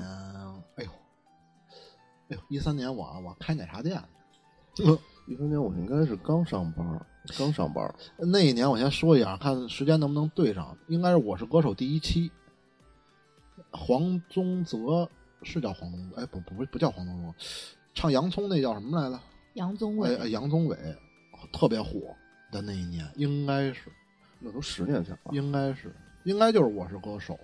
哎呦，哎呦，一三年我我开奶茶店，一三年我应该是刚上班儿，刚上班儿，那呃一年我先说一下，看时间能不能对上，应该是《我是歌手》第一期，黄宗泽是叫黄宗泽，哎，不不不不叫黄宗泽，唱洋葱那叫什么来着？杨宗纬哎，哎，杨宗纬特别火的那一年，应该是，那都十年前了。应该是，应该就是《我是歌手》。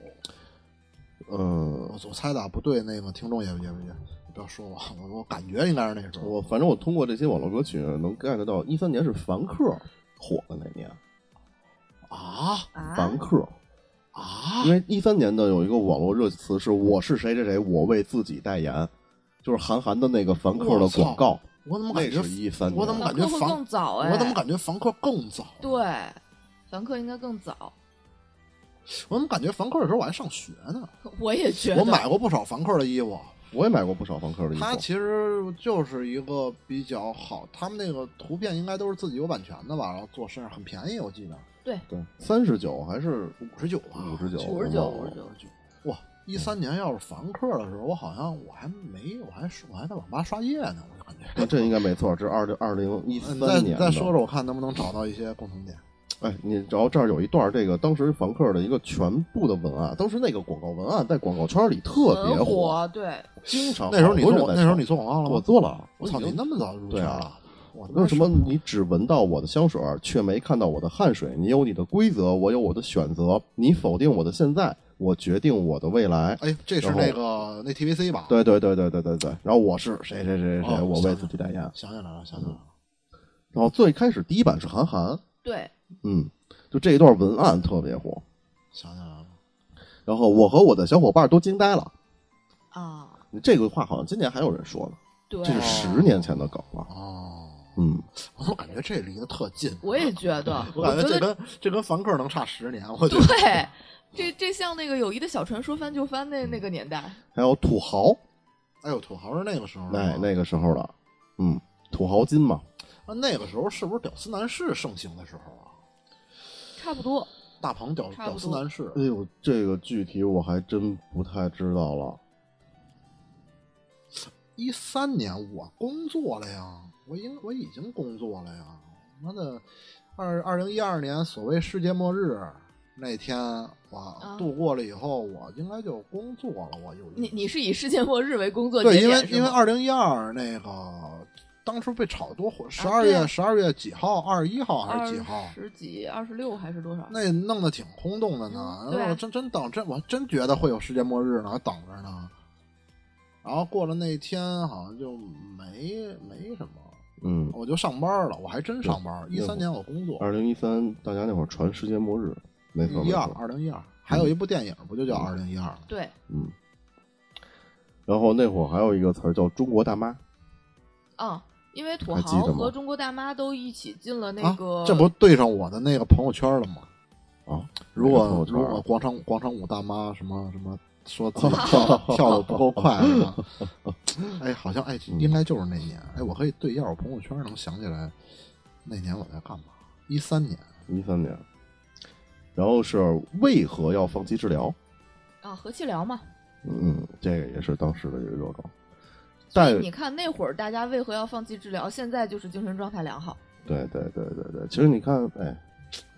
嗯，我总猜的啊不对，那个听众也也也不要说我，我我感觉应该是那时候。我反正我通过这些网络歌曲能 get 到，一三年是凡客火的那年，啊啊凡，客，啊因为一三年的有一个网络热词是“我是谁谁谁，我为自己代言”，就是韩寒的那个凡客的广告，我怎么那感觉是一三年，我怎么凡感客觉会房更早哎，我怎么感觉房客更早？对，凡客应该更早，我怎么感觉房客的时候我还上学呢？我也觉得我买过不少房客的衣服，我也买过不少凡客的衣它服，其实就是一个比较好，他们那个图片应该都是自己有版权的吧，然后做身上很便宜，我记得对，三十九还是五十九吧， 59 59五五十九，哇！一三年要是房客的时候，我好像我还没，我还我还在网吧刷夜呢，我就感觉。那这应该没错，这二零二零一嗯三你年。再再说，说，我看能不能找到一些共同点。哎，你然后这儿有一段这个当时凡客的一个全部的文案，当时那个广告文案在广告圈里特别很火，对，经常那时候你好做多人广，在那时候炒你做广告了吗？我做了，我操，已经你那么早入对圈啊了？我为什么你只闻到我的香水儿，却没看到我的汗水？你有你的规则，我有我的选择。你否定我的现在，我决定我的未来。哎，这是然后那个那 TVC 吧？，对对对对对对对。然后我是谁谁谁谁谁，哦我为自己代言。想起来了，想起来了。然后最开始第一版是韩寒，对，嗯，就这一段文案特别火。想起来了，然后我和我的小伙伴都惊呆了。啊，这个话好像今年还有人说呢，对，这是十年前的梗了。哦，嗯，我怎么感觉这离得特近？我也觉得， 我我感觉觉这得跟这跟房客能差十年，我觉得 对，这这像那个友谊的小船说翻就翻那那个年代，还有土豪，哎哎呦，土豪是那个时候，啊那那个时候了，嗯，土豪金嘛，那那个时候是不是屌丝男士盛行的时候啊？差不多。大鹏屌差不多屌丝男士哎，呦，这个具体我还真不太知道了。一三年我工作了呀，我应我已经工作了呀，妈的，二二零一二年所谓世界末日。那天我啊度过了以后，我应该就工作了。我有一你你是以世界末日为工作节对，点因为是因为吗二零一二那个当初被炒多火，十二啊对月十二、12月几号，二十一号还是几号？十几、二十六还是多少？那弄得挺轰动的呢。嗯对然后我真真等真我真觉得会有世界末日呢，还等着呢。然后过了那天，好像就没没什么，嗯，我就上班了。我还真上班，一那会儿三年我工作，二零一三大家那会儿传世界末日，没错一没二错。二零一二，还有一部电影不就叫《二零一二》吗？对，嗯，然后那会儿还有一个词儿叫“中国大妈嗯，因为土还记豪得吗和中国大妈都一起进了那啊个，这不对上我的那个朋友圈了吗？”啊，如那个朋果友圈如果广场广场舞大妈什么什么说自己哦跳的 跳的不够快 是吧？哎，好像哎，应该就是那年。哎，我可以对一下我朋友圈，能想起来那年我在干嘛？一三年，一三年，然后是为何要放弃治疗？啊和气聊嘛。嗯，这个也是当时的一个热梗。所但以你看那会儿大家为何要放弃治疗？现在就是精神状态良好。对对对对对，其实你看，哎，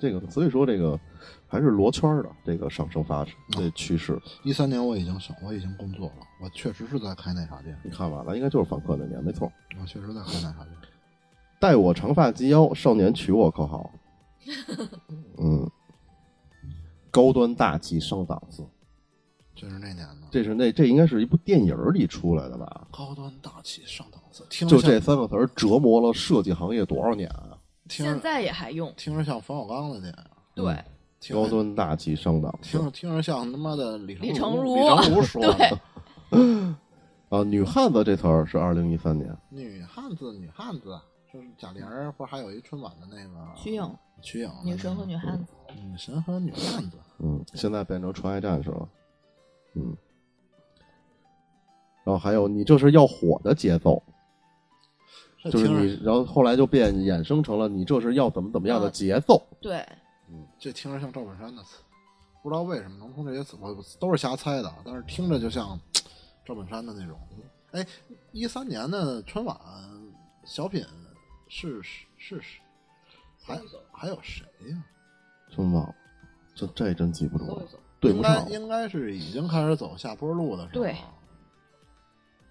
这个所以说这个还是罗圈儿的这个上升发这趋势，一三年我已经上，我已经工作了，我确实是在开奶茶店，你看完了，应该就是访客那年，没错。我确实在开奶茶店。待我长发及腰，少年娶我可好？嗯，高端大气上档次，就是那年的这是那这应该是一部电影儿里出来的吧？高端大气上档次，听着就像这三个词儿折磨了设计行业多少年啊！听嗯现着在也还用。听着像冯小刚的电影，对，听着高端大气上档次听着听着像他妈的李李成成儒儒李成 儒说的对。啊！女汉子这词儿是二零一三年，女汉子，女汉子，就是贾玲儿，不是还有一春晚的那个瞿颖，瞿颖的那女个神和女汉子。女神和女汉子，嗯，现在变成纯爱战士了，嗯。然后还有你这是要火的节奏，这就是听着你，然后后来就变衍生成了你这是要怎么怎么样的啊节奏，对，嗯这听着像赵本山的词，不知啊道为什么能从这些词，我我都是瞎猜的，但是听着就像赵本山的那种。哎，一三年的春晚小品是是是是，还还有谁呀、真忘了，这这真记不住搜一了，搜，对应不该上。应该是已经开始走下坡路的时候。对，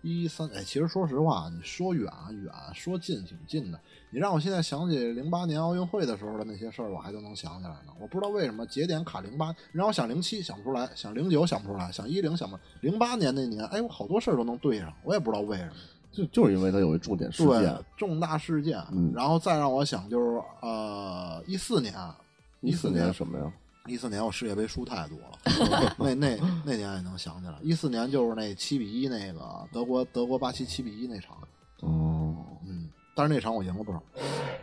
一三哎，其实说实话，你说远啊远，说近挺近的。你让我现在想起零八年奥运会的时候的那些事儿，我还都能想起来呢。我不知道为什么节点卡零八，你让我想零七想不出来，想零九想不出来，想一零想不出来，零八年那年，哎，我好多事儿都能对上，我也不知道为什么。就就是因为它有一重点事对件，重大事件，嗯然后再让我想就是呃，一四年，一四年14什么呀？一四年我世界杯输太多 了，那那那年也能想起来。一四年就是那七比一那个德国德国巴西七比一那场，哦，嗯，但是那场我赢了不少。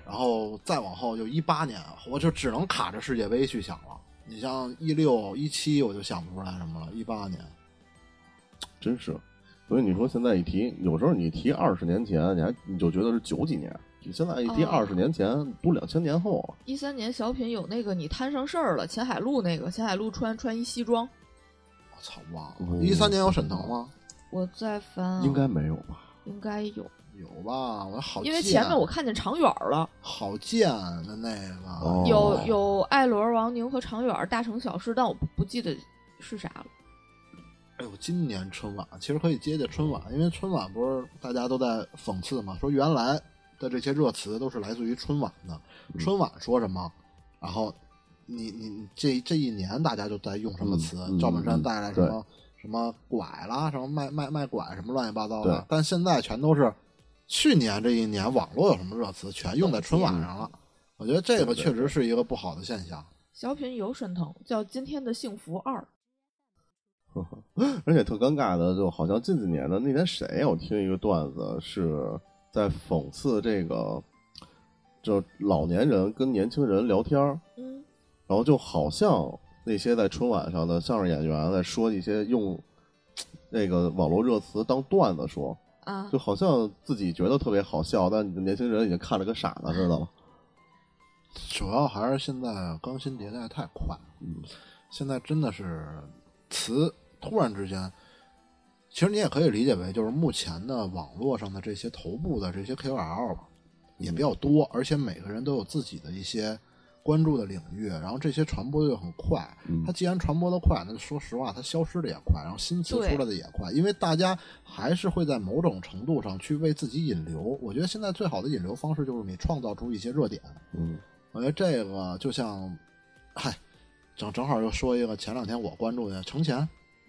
然后再往后就一八年，我就只能卡着世界杯去想了。你像一六一七我就想不出来什么了，一八年真是。所以你说现在一提，有时候你提二十年前，你还你就觉得是九几年，你现在一提哦二十年前，都两千年后了。一三年小品有那个你摊上事儿了，钱海璐那个钱海璐穿穿一西装，我操忘哦了。一三年有沈腾吗？我在翻、啊，应该没有吧？应该有，有吧？我好因为贱啊前面我看见常远儿了，好贱的那个，哦有有艾伦、王宁和常远儿《大城小事》，但我不不记得是啥了。哎呦，今年春晚其实可以接接春晚，因为春晚不是大家都在讽刺嘛，说原来的这些热词都是来自于春晚的，嗯春晚说什么，然后你你你这这一年大家就在用什么词，嗯嗯赵本山带来什嗯么什么拐啦，什么卖卖卖拐什么乱七八糟的对，但现在全都是去年这一年网络有什么热词全用在春晚上嗯了，我觉得这个确实是一个不好的现象。小品有沈腾，叫《今天的幸福二》，而且特尴尬的，就好像近几年的那天谁呀？我听一个段子是在讽刺这个，就老年人跟年轻人聊天儿，嗯，然后就好像那些在春晚上的相声演员在说一些用那个网络热词当段子说，啊就，好像自己觉得特别好笑，但你的年轻人已经看着跟傻子似的了。主要还是现在更新迭代太快，嗯，现在真的是词突然之间，其实你也可以理解为就是目前的网络上的这些头部的这些 KOL 吧，也比较多，而且每个人都有自己的一些关注的领域，然后这些传播的又很快。它既然传播的快，那就说实话，它消失的也快，然后新词对出来的也快，因为大家还是会在某种程度上去为自己引流。我觉得现在最好的引流方式就是你创造出一些热点。嗯，我觉得这个就像，嗨，正正好又说一个前两天我关注的程前，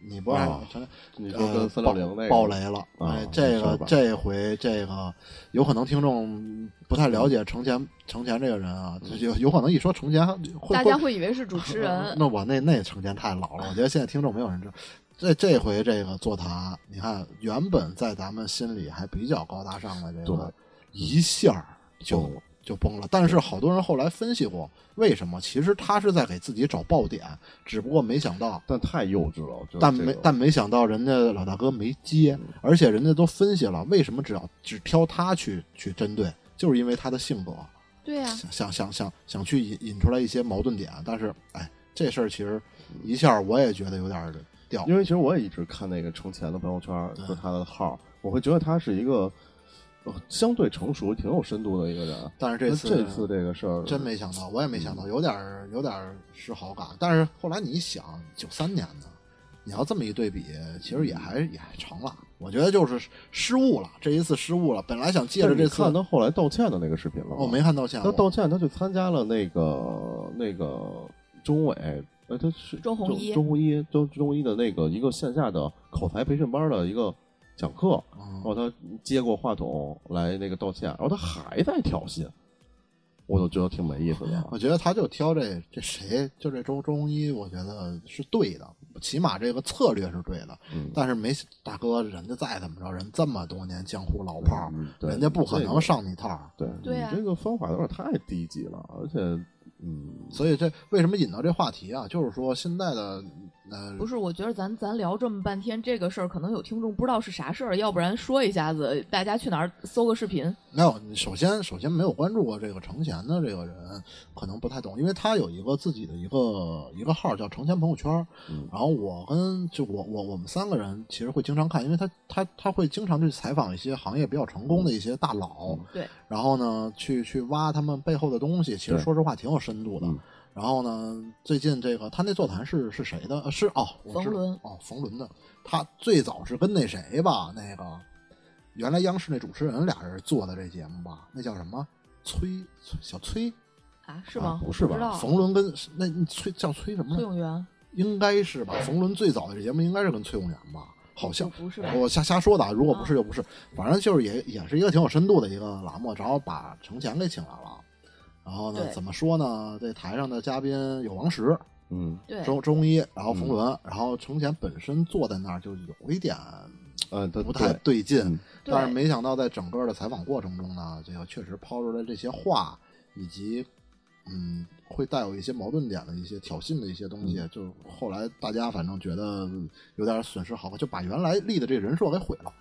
你不是还啊程前你说呃跟三六零那个爆爆雷了，啊哎，没这事儿个吧这回这个有可能听众不太嗯了解程前程前这个人啊，就有有可能一说程前会大家会会以为是主 嗯持人。那我那那程前太老了，我觉得现在听众没有人知道。这这回这个座谈，你看原本在咱们心里还比较高大上的这对嗯个，一下儿就崩了就崩了。但是好多人后来分析过，为什么？其实他是在给自己找爆点，只不过没想到但太幼稚了，我觉得但这没个嗯但没想到人家老大哥没接，而且人家都分析了，为什么只要只挑他去去针对，就是因为他的性格，对呀、想想想想想去引引出来一些矛盾点，但是哎，这事儿其实一下我也觉得有点儿掉因，为其实我也一直看那个程前的朋友圈，对就他的号，我会觉得他是一个、呃相对成熟、挺有深度的一个人。但是这那次这次这个事儿，真没想到，我也没嗯想到，有点儿有点儿是好感，但是后来你一想，九三年的。你要这么一对比，其嗯实也还也还成了。我觉得就是失误了，这一次失误了。本来想借但着是这你次，哦看他后来道歉的那个视频了吗我没看道歉，他我道歉，他去参加了那个那个中委，呃，他是周鸿祎周鸿祎周周鸿祎的那个一个线下的口才培训班的一个讲课，然哦后他接过话筒来那个道歉，然后他还在挑衅，我就觉得挺没意思的啊。我觉得他就挑这这谁，就这周周鸿祎，我觉得是对的，起码这个策略是对的。嗯但是没大哥，人家再怎么着，人这么多年江湖老炮儿，嗯对人家不可这能个上你套儿。对，对啊呀你这个方法有点太低级了，而且，嗯，所以这为什么引到这话题啊？就是说现在的那不是，我觉得咱咱聊这么半天这个事儿，可能有听众不知道是啥事儿，要不然说一下子，大家去哪儿搜个视频？没有，你首先首先没有关注过这个程前的这个人，可能不太懂，因为他有一个自己的一个一个号叫程前朋友圈儿，嗯然后我跟就我我我们三个人其实会经常看，因为他他他会经常去采访一些行业比较成功的一些大佬，对，然后呢去去挖他们背后的东西，其实对说实话挺有深度的嗯。然后呢，最近这个他那座谈是是谁的？呃是哦，我冯知道仑哦，冯仑的。他最早是跟那谁吧，那个原来央视那主持人俩人做的这节目吧，那叫什么？崔崔小崔，啊，是吗？不是吧不知道冯仑跟那那崔叫崔什么崔来？永元应该是吧？冯仑最早的节目应该是跟崔永元吧？好像不是吧？嗯我瞎瞎说的，啊，如果不是就不是，反正就是也也是一个挺有深度的一个栏目，然后把程前给请来了。然后呢，对怎么说呢？这台上的嘉宾有王石、嗯，对，周周一，然后冯仑，然后程前本身坐在那儿就有一点嗯，他呃不太对劲，嗯对但是没想到在整个的采访过程中呢，这个确实抛出来这些话，以及嗯，会带有一些矛盾点的一些挑衅的一些东西，就后来大家反正觉得有点损失好感，就把原来立的这人设给毁了。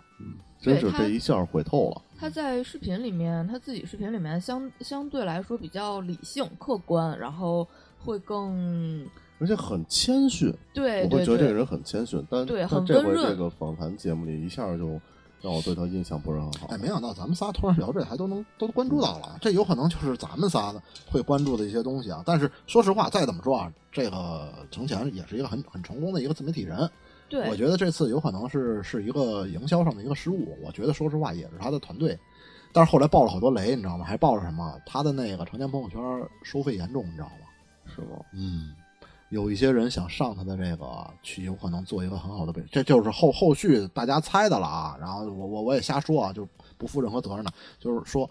真对是他这一下毁透了。他在视频里面，他自己视频里面相相对来说比较理性、客观，然后会更而且很谦逊，对我对会觉得这个对人很谦逊，但对但很这温回润这个访谈节目里一下就让我对他印象不是很好。哎，没想到咱们仨突然聊这，还都能都关注到了，这有可能就是咱们仨的会关注的一些东西啊。但是说实话，再怎么说啊，这个程前也是一个很很成功的一个自媒体人，对，我觉得这次有可能是是一个营销上的一个失误，我觉得说实话也是他的团队，但是后来爆了好多雷，你知道吗？还爆了什么？他的那个长江朋友圈收费严重，你知道吗？是吗？嗯，有一些人想上他的这个去，有可能做一个很好的北，这就是后后续大家猜的了啊。然后我我我也瞎说啊，就不负任何责任的，就是说，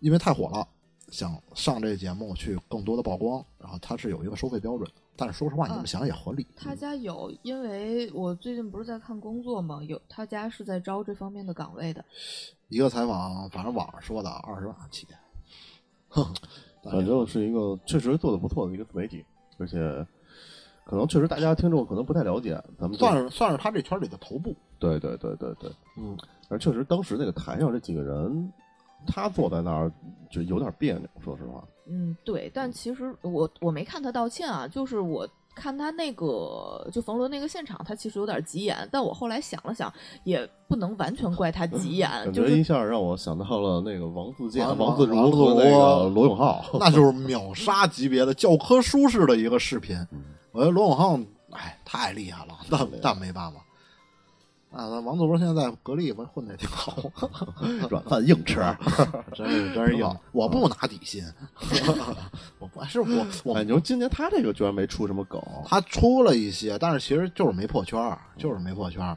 因为太火了，想上这节目去更多的曝光，然后他是有一个收费标准，但是说实话，你这么想也合理。他家有，因为我最近不是在看工作嘛，有他家是在招这方面的岗位的。一个采访，反正网上说的二十万起，反正是一个确实做的不错的一个自媒体，而且可能确实大家听众可能不太了解，咱们就算是算是他这圈里的头部。对对对对对，嗯，而确实当时那个台上这几个人，他坐在那儿就有点别扭，说实话，嗯，对，但其实我我没看他道歉啊，就是我看他那个就冯仑那个现场，他其实有点急眼，但我后来想了想，也不能完全怪他急眼，感就觉是一下让我想到了那个王自健、王王自如王自如和那个罗永浩。 那就是秒杀级别的教科书式的一个视频。我觉得罗永浩，哎，太厉害了，但但没办法。啊，那王自如现在在格力混混的挺好，软饭硬吃，哎真是真是挺硬好。我不拿底薪，我不是我我哎，你说今年他这个居然没出什么梗，他出了一些，但是其实就是没破圈儿，就是没破圈儿。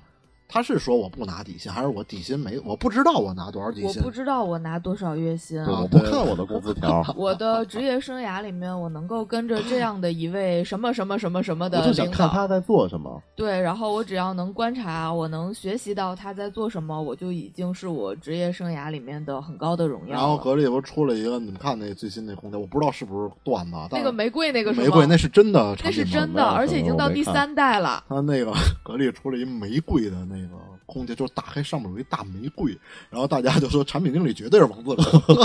他是说我不拿底薪，还是我底薪没？我不知道我拿多少底我薪不。知道啊我拿多少月薪对啊。我不对看我的工资条，我的职业生涯里面，我能够跟着这样的一位什么什么什么什么我的就想领看导，他在做什么。对，然后我只要能观察，我能学习到他在做什么，我就已经是我职业生涯里面的很高的荣耀然后了格力不是出了一个，你们看那最新那空调，我不知道是不是段子啊，那但是个玫瑰那个是玫瑰吗那是真的那产是品吗，真没的，有而且已 经到没第看三代了。他那个格力出了一玫瑰的那个空调，就是打开上面有一大玫瑰，然后大家就说产品经理绝对是王自如。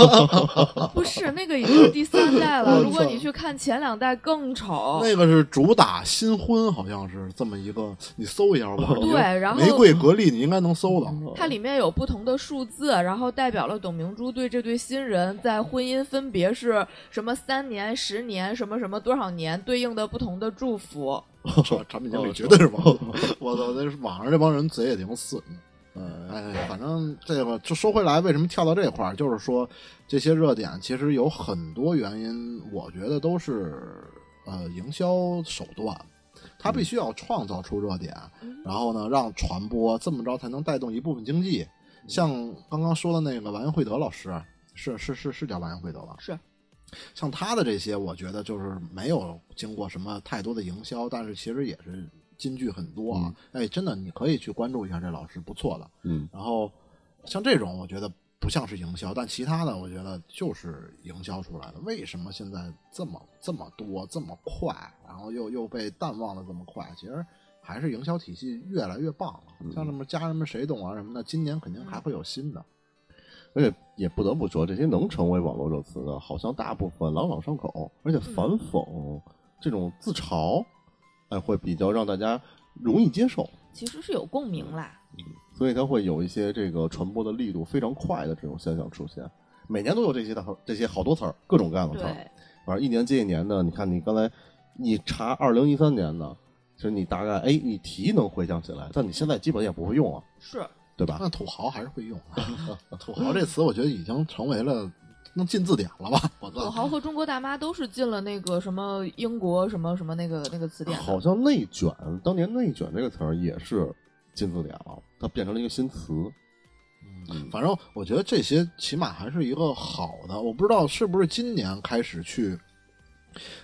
不是那个已经是第三代了，啊我如果操你去看前两代更丑。那个是主打新婚，好像是这么一个，你搜一下吧。哦对然后嗯玫瑰格力你应该能搜到。它里面有不同的数字，然后代表了董明珠对这对新人在婚姻分别是什么三年、十年、什么什么多少年对应的不同的祝福。 说产品经理绝对是王自如。哦 我操，那是网上这帮人嘴也挺损的。嗯，哎，反正这个就说回来，为什么跳到这块儿，就是说这些热点其实有很多原因，我觉得都是呃营销手段，它必须要创造出热点，然后呢让传播，这么着才能带动一部分经济。像刚刚说的那个完颜慧德老师，是是是是叫完颜慧德吧？是，像他的这些，我觉得就是没有经过什么太多的营销，但是其实也是金句很多啊。哎，真的，你可以去关注一下这老师，不错的。嗯，然后像这种，我觉得不像是营销，但其他的，我觉得就是营销出来的。为什么现在这么这么多这么快，然后又又被淡忘的这么快？其实还是营销体系越来越棒了。像什么家人们谁懂啊什么的，今年肯定还会有新的。而且也不得不说，这些能成为网络热词的，好像大部分朗朗上口，而且反讽、这种自嘲，哎，会比较让大家容易接受，其实是有共鸣啦。所以它会有一些这个传播的力度非常快的这种现象出现。每年都有这些的这些嗯好多词儿，各种各样的词儿，对，反正一年接一年的。你看，你刚才你查二零一三年的，其实你大概哎，你提能回想起来，但你现在基本也不会用啊，是对吧？那土豪还是会用、啊 土豪这词，我觉得已经成为了能进字典了吧？我土哦操，豪和中国大妈都是进了那个什么英国什么什么那个那个词典的。好像内卷，当年内卷这个词儿也是进字典了，它变成了一个新词。反正我觉得这些起码还是一个好的。我不知道是不是今年开始去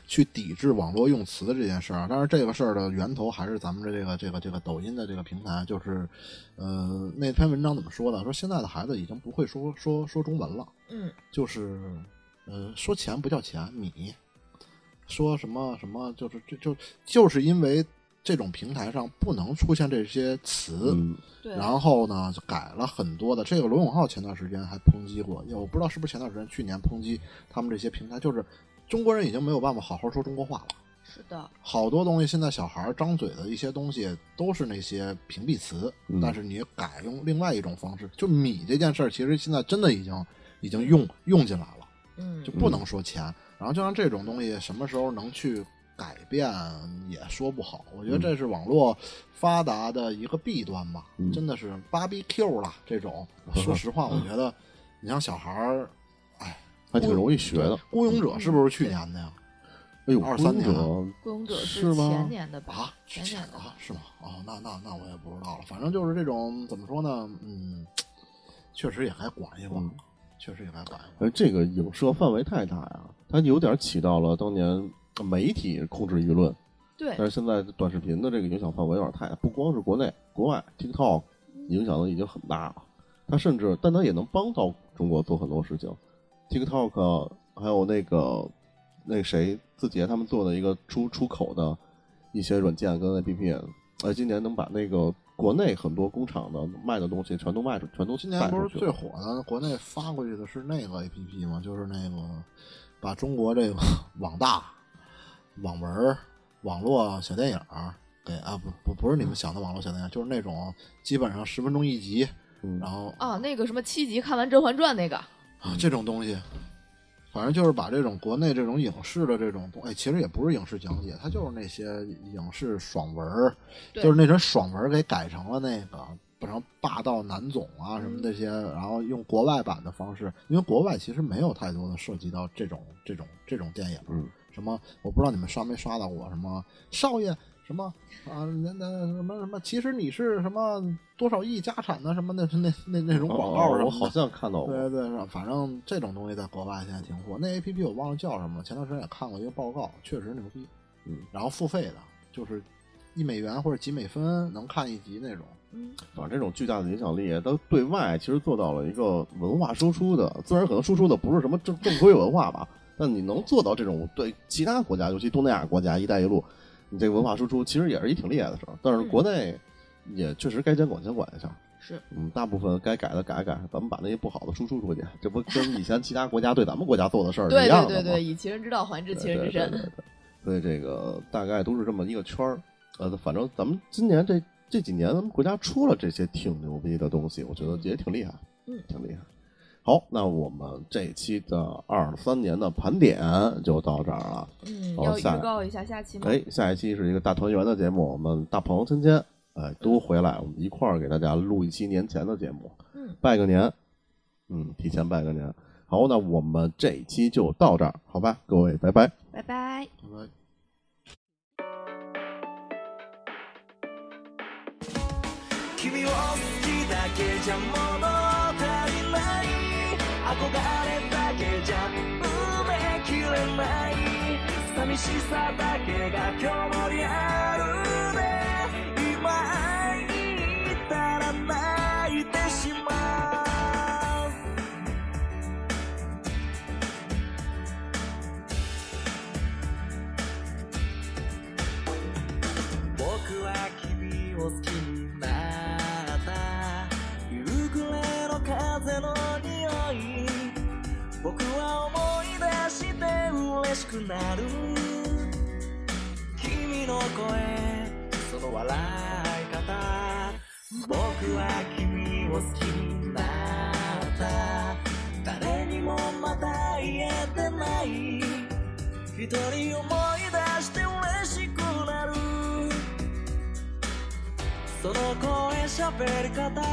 去抵制网络用词的这件事儿啊，但是这个事儿的源头还是咱们的这个这个这个抖音的这个平台，就是呃那篇文章怎么说的？说现在的孩子已经不会说说说中文了。嗯，就是，呃，说钱不叫钱，米，说什么什么，就是这就就是因为这种平台上不能出现这些词，嗯，对。然后呢就改了很多的。这个罗永浩前段时间还抨击过，我不知道是不是前段时间去年抨击他们这些平台，就是中国人已经没有办法好好说中国话了。是的，好多东西现在小孩儿张嘴的一些东西都是那些屏蔽词，嗯但是你改用另外一种方式，就米这件事儿，其实现在真的已经已经用用进来了。嗯就，不能说钱。然后就像这种东西，什么时候能去改变也说不好。我觉得这是网络发达的一个弊端吧，嗯真的是 BBQ 啦这种。说实话，我觉得你像小孩儿，哎，还挺容易学的。 《孤勇者》是不是去嗯年的呀？哎呦，二三年啊宫雇佣者是吗前年的吧？啊，去前年年的的啊，是吗？哦，那那那我也不知道了。反正就是这种怎么说呢，嗯，确实也该管一管，嗯确实也该管一管。而哎这个影射范围太大呀、它有点起到了当年媒体控制舆论，对但是现在短视频的这个影响范围有点太，不光是国内，国外 TikTok 影响的已经很大了。它甚至，但它也能帮到中国做很多事情。TikTok 还有那个那谁字节他们做的一个出出口的一些软件跟 APP，呃，今年能把那个国内很多工厂的卖的东西全都卖出，全都今年带不出是去最了火的，国内发过去的是那个 A P P 吗？就是那个把中国这个 网大、网文儿、网络小电影儿给啊不不不是你们想的网络小电影，就是那种基本上十分钟一集，嗯然后啊，那个什么七集看完《甄嬛传》那个，啊这种东西，反正就是把这种国内这种影视的这种东，哎，其实也不是影视讲解，它就是那些影视爽文儿，对就是那种爽文儿给改成了那个，然后霸道男总啊什么这些，然后用国外版的方式，因为国外其实没有太多的涉及到这种这种这种电影，嗯，什么我不知道你们刷没刷到过什么少爷。什么啊？那那什么什么？其实你是什么多少亿家产呢？什么那那那那种广告什么的、哦我好像看到过。对对对，反正这种东西在国外现在挺火。那 A P P 我忘了叫什么了，前段时间也看过一个报告，确实牛逼。嗯，然后付费的，就是一美元或者几美分能看一集那种。嗯，反正这种巨大的影响力，它对外其实做到了一个文化输出的，虽然可能输出的不是什么正正规文化吧，但你能做到这种对其他国家，尤其东南亚国家“一带一路”，你这个文化输出其实也是一挺厉害的事儿。但是国内也确实该监管监管一下，是嗯，大部分该改的改一改，咱们把那些不好的输出出去，这不跟以前其他国家对咱们国家做的事儿是对一样对的对吗？对，以其人之道还治其人之身。对对对对所以这个大概都是这么一个圈儿。呃，反正咱们今年这这几年，咱们国家出了这些挺牛逼的东西，我觉得也挺厉害，嗯挺厉害。好，那我们这一期的二三年的盘点就到这儿了。嗯，好要下预告一下下期吗？哎，下一期是一个大团圆的节目，我们大鹏、芊芊，哎，都回来，我们一块儿给大家录一期年前的节目，嗯，拜个年，嗯，提前拜个年。好，那我们这一期就到这儿，好吧，各位，拜拜。拜拜。对不对君を好きだけじゃ物足りない憧れだけじゃ埋めきれない寂しさだけが今日のリアルで今会いに行ったら泣いてしまう僕は君つなる君の声その笑い方僕は君を好きになった誰にもまだ言えてない一人思い出して嬉しくなるその声喋り方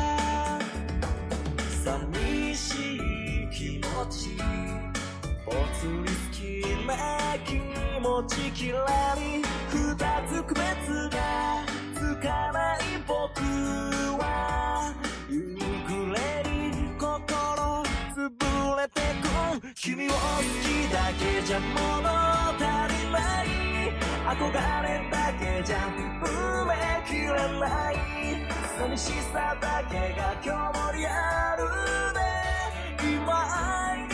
寂しい気持ちぽつり好きな気持ちきらり二つ区別がつかない僕は夕暮れに心潰れてく君を好きだけじゃ物足りない憧れだけじゃ埋めきれない寂しさだけが今日もリアルで今会いに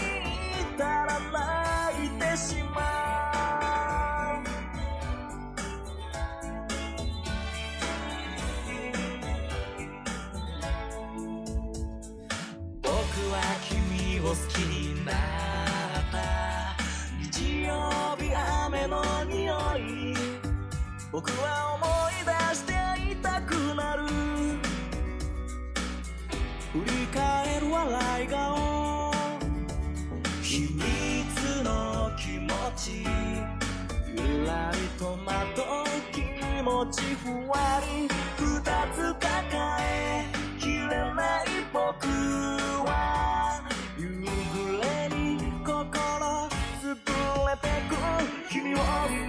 至らないでしまう僕は君を好きになった日曜日雨の匂い僕は思い出していたくなる振り返る笑い顔秘密の気持ちゆらりとまとう気持ちふわり二つ抱えきれない僕は夕暮れに心潰れてく君を好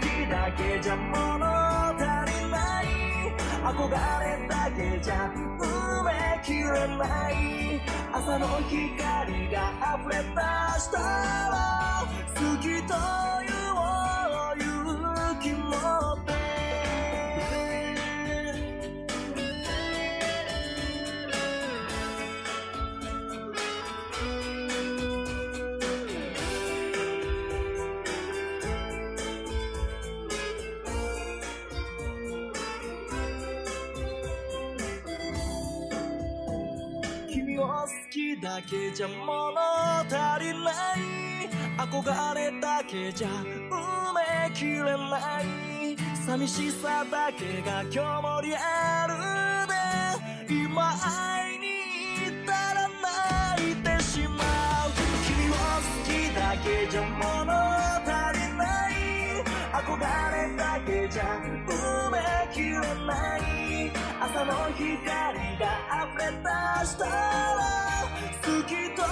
きだけじゃ物足りない憧れだけじゃ埋めきれない朝の光が溢れ出したら好きという勇気持って君を好きだけじゃ物足りない憧れだけじゃ埋めきれない寂しさだけが今日もリアルで今会いに至らないでしまう君を好きだけじゃ物足りない憧れだけじゃ埋めきれない朝の光が溢れ出したら好きと